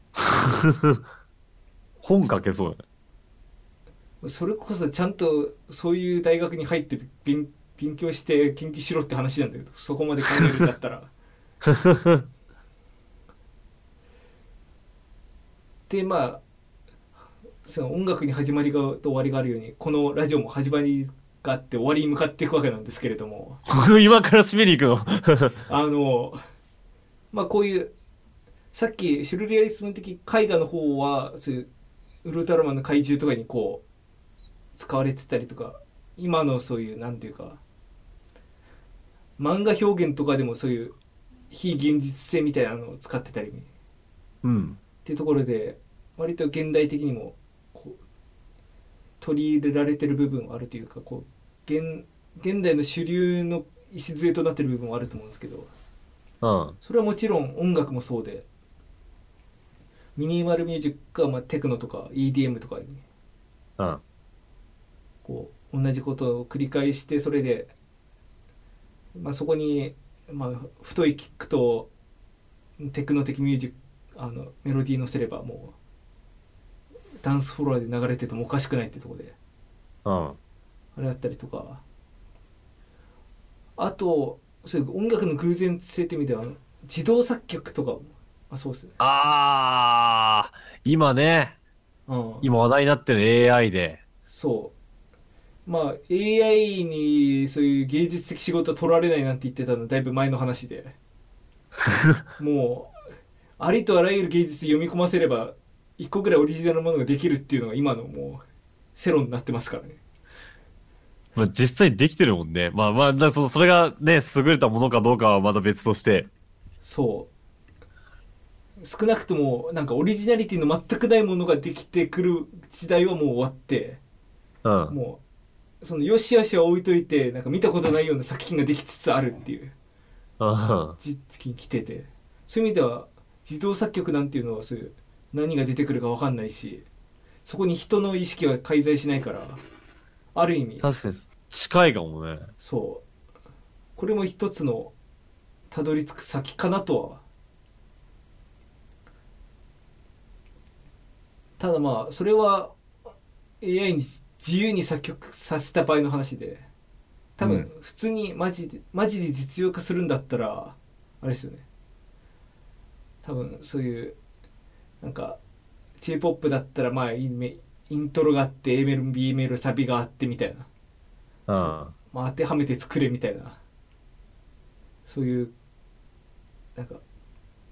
[SPEAKER 2] 本書けそうだね。
[SPEAKER 1] それこそちゃんとそういう大学に入って勉勉強して研究しろって話なんだけどそこまで考えるんだったらでまあその音楽に始まりがと終わりがあるようにこのラジオも始まりがあって終わりに向かっていくわけなんですけれども
[SPEAKER 2] 今から滑り行くの。
[SPEAKER 1] あのまあこういうさっきシュルレアリスム的絵画の方はそういうウルトラマンの怪獣とかにこう使われてたりとか今のそういうなんていうか漫画表現とかでもそういう非現実性みたいなのを使ってたりっ
[SPEAKER 2] うん。
[SPEAKER 1] ていうところで割と現代的にもこう取り入れられてる部分はあるというかこう現現代の主流の礎となってる部分はあると思うんですけど。
[SPEAKER 2] うん。
[SPEAKER 1] それはもちろん音楽もそうでミニマルミュージックはまあテクノとか EDM とかに
[SPEAKER 2] うん。
[SPEAKER 1] こう同じことを繰り返してそれで、まあ、そこに、まあ、太いキックとテクノ的ミュージックあのメロディー乗せればもうダンスフロアで流れててもおかしくないってとこで
[SPEAKER 2] うん。
[SPEAKER 1] あれだったりとかあとそういう音楽の偶然性って意味ではあの自動作曲とかもあそうですね
[SPEAKER 2] ああ、今ね、
[SPEAKER 1] うん
[SPEAKER 2] 今話題になってる AI で。
[SPEAKER 1] そうまあ AI にそういう芸術的仕事は取られないなんて言ってたのだいぶ前の話でもうありとあらゆる芸術読み込ませれば一個ぐらいオリジナルのものができるっていうのが今のもう世論になってますからね
[SPEAKER 2] まあ、実際できてるもんね。まあまあ、だそそれがね、優れたものかどうかはまた別として。
[SPEAKER 1] そう少なくともなんかオリジナリティの全くないものができてくる時代はもう終わって
[SPEAKER 2] うん。
[SPEAKER 1] もうそのよしあしは置いといてなんか見たことないような作品ができつつあるっていう
[SPEAKER 2] うん。
[SPEAKER 1] 実に来ててそういう意味では自動作曲なんていうのはそういう何が出てくるか分かんないしそこに人の意識は介在しないからある意味
[SPEAKER 2] 確かに、近いかもね。
[SPEAKER 1] そうこれも一つのたどり着く先かなとはただまあそれは AI に自由に作曲させた場合の話で多
[SPEAKER 2] う
[SPEAKER 1] 分
[SPEAKER 2] ん
[SPEAKER 1] 普通にマジでマジで実用化するんだったらあれですよね多分そういうなんか j p o p だったらまあイメイントロがあって A メロ B メロサビがあってみたいな、
[SPEAKER 2] あ
[SPEAKER 1] まあ、当てはめて作れみたいなそういうなんか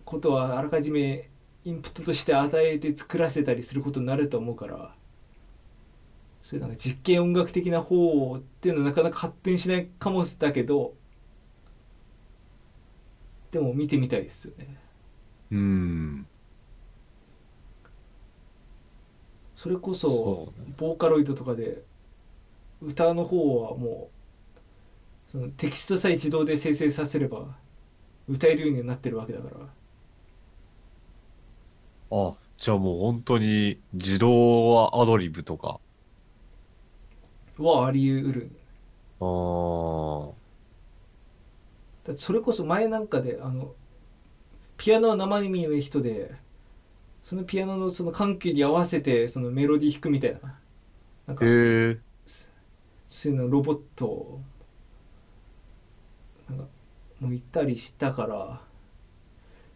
[SPEAKER 1] ことはあらかじめインプットとして与えて作らせたりすることになると思うからそういうなんか実験音楽的な方っていうのはなかなか発展しないかもだけどでも見てみたいですよね。
[SPEAKER 2] うん
[SPEAKER 1] それこ
[SPEAKER 2] そうね
[SPEAKER 1] ボーカロイドとかで歌の方はもうそのテキストさえ自動で生成させれば歌えるようになってるわけだから
[SPEAKER 2] あじゃあもう本当に自動アドリブとか
[SPEAKER 1] はあり得る
[SPEAKER 2] あー
[SPEAKER 1] だってそれこそ前なんかであのピアノは生身の人でそのピアノのその緩急に合わせてそのメロディー弾くみたいななんか
[SPEAKER 2] へえ
[SPEAKER 1] そういうのロボットなんかもういたりしたから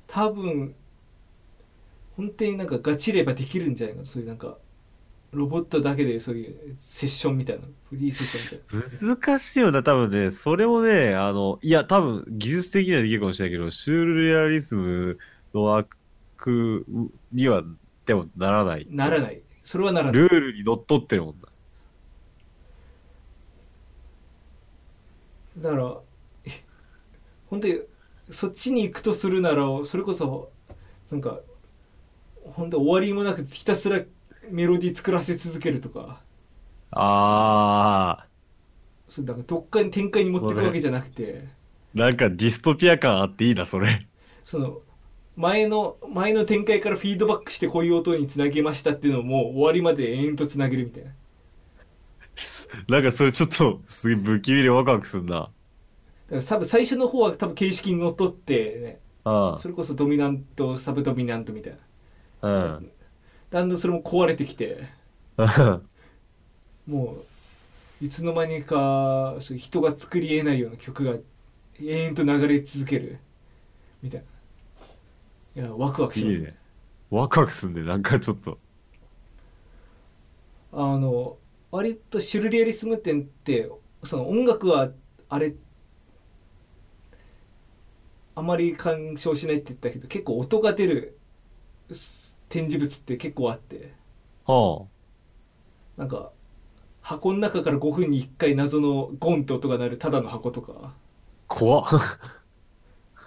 [SPEAKER 1] 多分本当になんかガチればできるんじゃないかなそういうなんかロボットだけでそういうセッションみたいなフリーセッションみたいな
[SPEAKER 2] 難しいよな、多分ね、それもね、あの、いや、多分、技術的にはできるかもしれないけど、シュールレアリズムの枠には、でもならない。。
[SPEAKER 1] ならないいそれはならない
[SPEAKER 2] ルールにのっとってるもんな。
[SPEAKER 1] だからえ本当にそっちに行くとするならそれこそなんか本当終わりもなくひたすらメロディー作らせ続けるとか。
[SPEAKER 2] あ
[SPEAKER 1] そうだからどっかに展開に持っていくわけじゃなくて
[SPEAKER 2] ー、なんかディストピア感あっていいな、それ。 <laughs>
[SPEAKER 1] その前の前の展開からフィードバックしてこういう音につなげましたっていうのをもう終わりまで延々とつなげるみたいなだ
[SPEAKER 2] なんかそれちょっと、すげえ不気味でワクワクすんな。
[SPEAKER 1] から多分最初の方は多分形式にのっとって、ね、
[SPEAKER 2] あ
[SPEAKER 1] それこそドミナントサブドミナントみたいな
[SPEAKER 2] あ、うん。
[SPEAKER 1] だんだんそれも壊れてきて
[SPEAKER 2] あ
[SPEAKER 1] もういつの間にかそういう人が作り得ないような曲が延々と流れ続けるみたいないやワクワクします
[SPEAKER 2] <laughs> いいね。ワクワクすんで、なんかちょっと。
[SPEAKER 1] あの割とシュルレアリスム展ってその音楽はあれあまり干渉しないって言ったけど結構音が出るす展示物って結構あって
[SPEAKER 2] は
[SPEAKER 1] なんか箱の中から5分に1回謎のゴンって音が鳴るただの箱とか
[SPEAKER 2] あ、怖っ。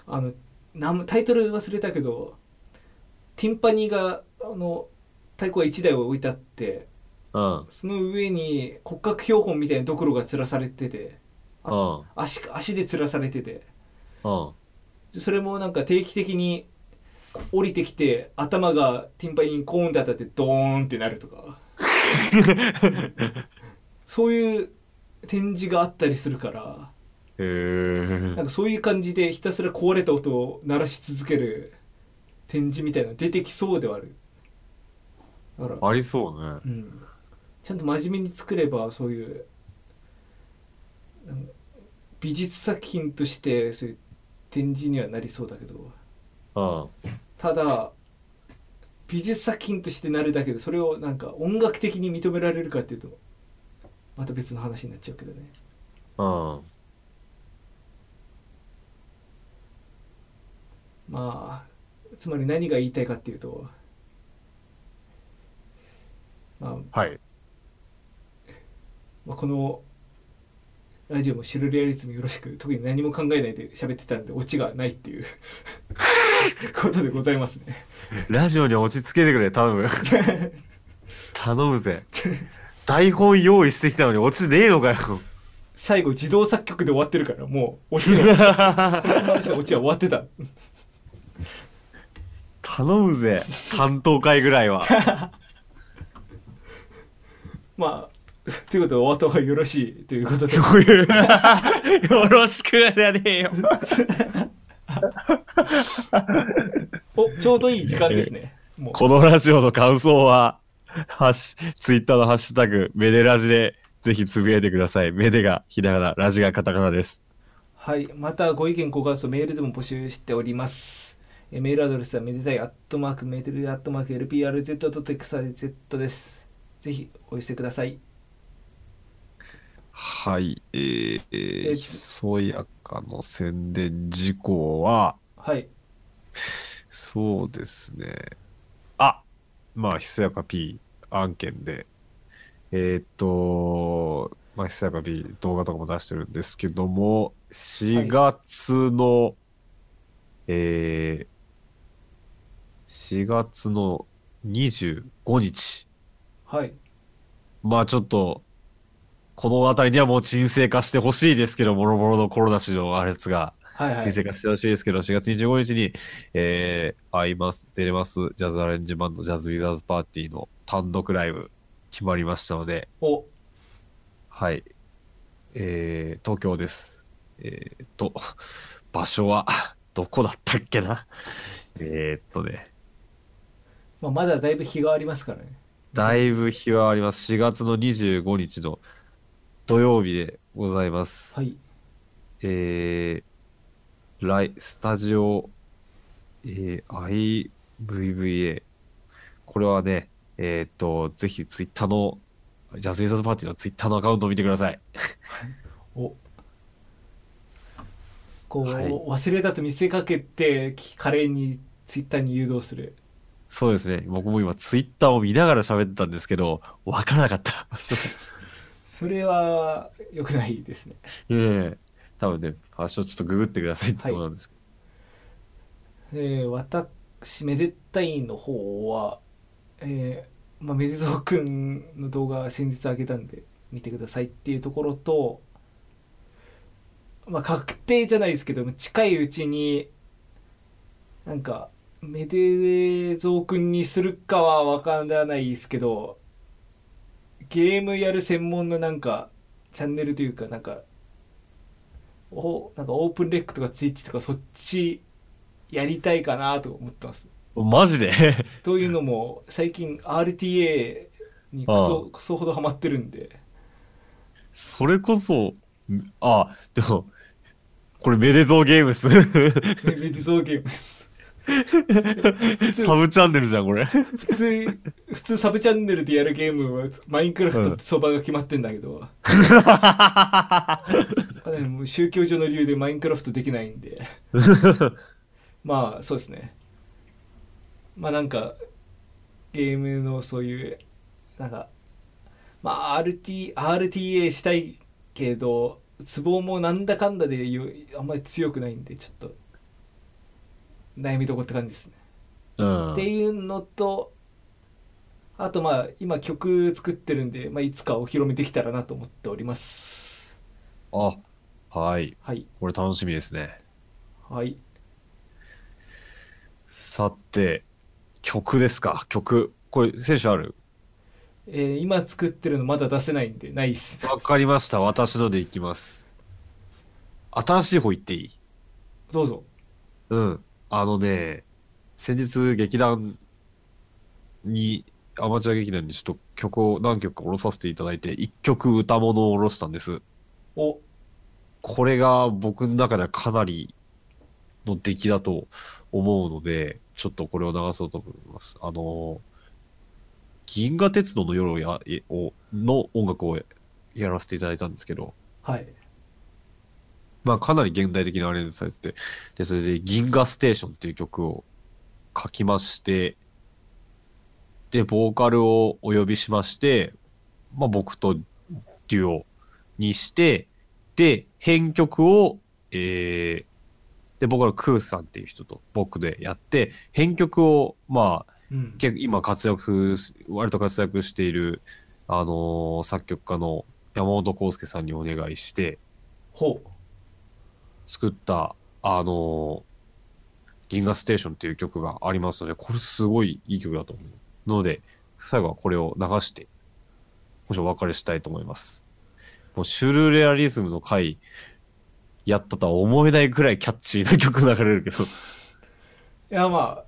[SPEAKER 1] あの名前タイトル忘れたけどティンパニーがあの太鼓が1台を置いてあって
[SPEAKER 2] <laughs> うん、
[SPEAKER 1] その上に骨格標本みたいなドクロが吊らされてて。
[SPEAKER 2] うん、
[SPEAKER 1] 足か足で吊らされてて
[SPEAKER 2] うん。
[SPEAKER 1] でそれもなんか定期的に降りてきて頭がティンパインコーンって当たってドーンってなるとかそういう展示があったりするから
[SPEAKER 2] へ
[SPEAKER 1] な
[SPEAKER 2] え
[SPEAKER 1] ん。かそういう感じでひたすら壊れた音を鳴らし続ける展示みたいなの出てきそうではあるだから、
[SPEAKER 2] ありそうね。
[SPEAKER 1] うん、ちゃんと真面目に作ればそういうなんか美術作品としてそういう展示にはなりそうだけど
[SPEAKER 2] うん。
[SPEAKER 1] ただ美術作品としてなるだけでそれをなんか音楽的に認められるかっていうとまた別の話になっちゃうけどね
[SPEAKER 2] うん。
[SPEAKER 1] まあつまり何が言いたいかっていうとまあ
[SPEAKER 2] はい。
[SPEAKER 1] まあ、このラジオもシュルレアリズムよろしく特に何も考えないで喋ってたんでオチがないっていう <laughs> ことでございますね
[SPEAKER 2] ラジオに落ち着けてくれ、頼 <laughs> む。頼むぜ。台本用意してきたのに落ちねえのかよ。 <laughs>
[SPEAKER 1] 最後自動作曲で終わってるからもうオチが <laughs> この話のオチは終わってた
[SPEAKER 2] 頼むぜ。担当会ぐらいは。
[SPEAKER 1] まあということでお後がよろしいということで
[SPEAKER 2] こういう <laughs> よろしくやねえよ。
[SPEAKER 1] おちょうどいい時間ですねもう
[SPEAKER 2] このラジオの感想は、ハッシュ、ツイッターのハッシュタグ、メデラジで、ぜひつぶやいてください。メデがひらがな、ラジがカタカナです。
[SPEAKER 1] はい、またご意見ご感想メールでも募集しております。えーメールアドレスはめでたいアットマークメールアットマーク LPRZ.XYZ です。ぜひお寄せください。
[SPEAKER 2] はい。えー、え
[SPEAKER 1] え
[SPEAKER 2] ー、ひそやかの宣伝事項は、
[SPEAKER 1] はい。
[SPEAKER 2] そうですね。あまあ、ひそやか P 案件で、えーっと、まあ、ひそやか P 動画とかも出してるんですけども、4月の、えー、4月の25日、
[SPEAKER 1] はい。
[SPEAKER 2] まあちょっと、この辺りにはもう沈静化してほしいですけど、もろもろのコロナ市のあれですが、
[SPEAKER 1] はいはい。
[SPEAKER 2] 先生がしてほしいですけど、4月25日に、えー、会います、出れます、ジャズアレンジバンド、ジャズウィザーズパーティーの単独ライブ、決まりましたので、
[SPEAKER 1] お、
[SPEAKER 2] はい。えー、東京です。えーっと、場所は、どこだったっけなえーっとね、
[SPEAKER 1] まあ、まだだいぶ日がありますからね。
[SPEAKER 2] だいぶ日はあります。4月の25日の土曜日でございます。
[SPEAKER 1] はい。
[SPEAKER 2] えー、ライ、スタジオ、えー、IVVA。これはね、えーっと、ぜひツイッターの、ジャズウィザーズパーティーのツイッターのアカウントを見てください。
[SPEAKER 1] お。こう、
[SPEAKER 2] はい
[SPEAKER 1] 忘れたと見せかけて、き華麗にツイッターに誘導する。
[SPEAKER 2] そうですね。僕も今ツイッターを見ながら喋ってたんですけど、わからなかった。
[SPEAKER 1] それは良くないですね。
[SPEAKER 2] <laughs> ええ多分ね、場所ちょっとググってくださいってことなんですけ
[SPEAKER 1] えー、私、めでたいの方は、えーまあ、めでとうくんの動画先日あげたんで、見てくださいっていうところと、まあ、確定じゃないですけど、近いうちに、なんか、めでぞうくんにするかはわからないですけど、ゲームやる専門のなんか、チャンネルというか、なんか、おなんかオープンレックとかツイッチとかそっちやりたいかなと思ってます。
[SPEAKER 2] ど。マジで <laughs>
[SPEAKER 1] というのも最近 RTA にクソクソほどハマってるんで <laughs>
[SPEAKER 2] それこそ、んあ、でも、これメデゾーゲームス。
[SPEAKER 1] メディゾーゲームです
[SPEAKER 2] サブチャンネルじゃん、これ。
[SPEAKER 1] 普通普通サブチャンネルでやるゲームはマインクラフトって相場が決まってんだけど、あでも宗教上の理由でマインクラフトできないんでまあそうですねまあなんかゲームのそういうなんかまあ RT RTA したいけどツボもなんだかんだでよあんまり強くないんでちょっと悩みどこって感じですね、
[SPEAKER 2] うん
[SPEAKER 1] っていうのとあとまあ今曲作ってるんで、まあ、いつかお披露目できたらなと思っております
[SPEAKER 2] あ、はい。
[SPEAKER 1] はい
[SPEAKER 2] これ楽しみですね。
[SPEAKER 1] はい
[SPEAKER 2] さて、曲ですか、曲。これ、選手ある
[SPEAKER 1] えー今作ってるのまだ出せないんでないっす
[SPEAKER 2] わかりました。私のでいきます。新しい方行っていい
[SPEAKER 1] どうぞ
[SPEAKER 2] うん。あのね、先日劇団に、アマチュア劇団にちょっと曲を何曲か下ろさせていただいて、一曲歌物を下ろしたんです。
[SPEAKER 1] お
[SPEAKER 2] これが僕の中ではかなりの出来だと思うので、ちょっとこれを流そうと思います。あの、銀河鉄道の夜をやえをの音楽をやらせていただいたんですけど、
[SPEAKER 1] はい
[SPEAKER 2] まあかなり現代的なアレンジされてて、で、それで銀河ステーションっていう曲を書きまして、で、ボーカルをお呼びしまして、まあ僕とデュオにして、で、編曲を、えー、で、僕はクーさんっていう人と僕でやって、編曲を、まあ、
[SPEAKER 1] うん
[SPEAKER 2] 結構今活躍す、割と活躍している、あのー作曲家の山本康介さんにお願いして、
[SPEAKER 1] ほう
[SPEAKER 2] 作った、あのー銀河ステーションっていう曲がありますので、これすごいいい曲だと思う。ので、最後はこれを流して、もしお別れしたいと思います。もうシュルレアリズムの回、やったとは思えないくらいキャッチーな曲流れるけど、
[SPEAKER 1] いやまあ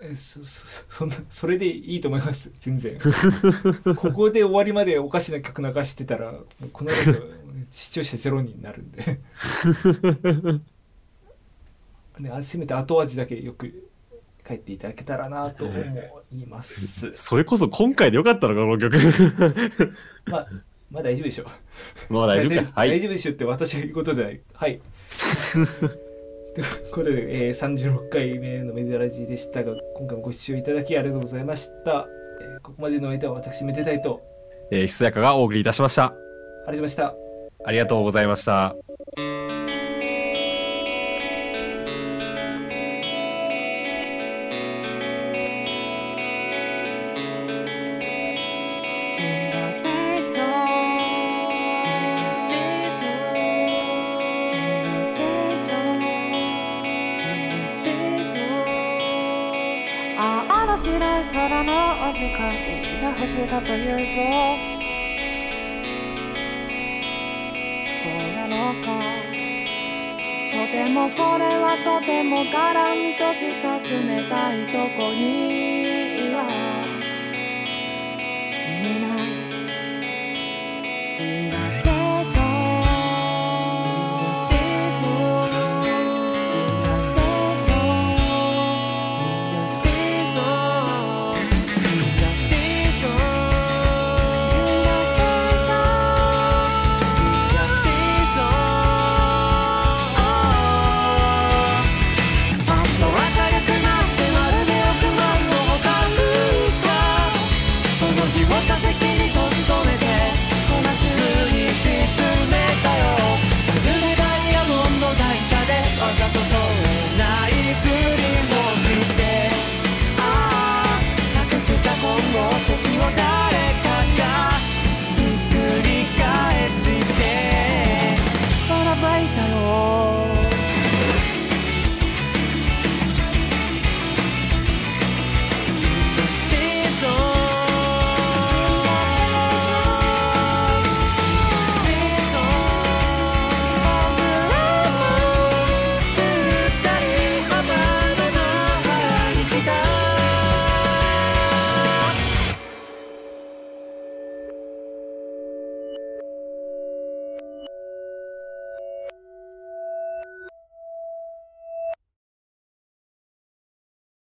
[SPEAKER 1] えそそ <laughs> そんなそれでいいと思います全然ここで終わりまでおかしな曲流してたらもうこのラジオ視聴者ゼロになるんでねあせめて後味だけよく帰っていただけたらなと思
[SPEAKER 2] <laughs>
[SPEAKER 1] います、
[SPEAKER 2] それこそ今回でよかったのか、この
[SPEAKER 1] <laughs>
[SPEAKER 2] 曲。
[SPEAKER 1] まあまあ大丈夫でしょう
[SPEAKER 2] まあ大丈夫か。は
[SPEAKER 1] 大
[SPEAKER 2] い。
[SPEAKER 1] 丈夫でしょって私が言うことじゃない。
[SPEAKER 2] <laughs>
[SPEAKER 1] はい。ということで、えー、36回目のメディアラジーでしたが、今回もご視聴いただきありがとうございました。えーここまでの相手は私、めでたいと、
[SPEAKER 2] えー、ひそやかがお送りいたしました。
[SPEAKER 1] ありがとうございました。
[SPEAKER 2] ありがとうございました。
[SPEAKER 3] Tengo station. Tengo station. Tengo station. ああの白い空の帯がみんな星だと言うぞ
[SPEAKER 4] そうなのかとてもそれはとてもガランとした冷たいとこに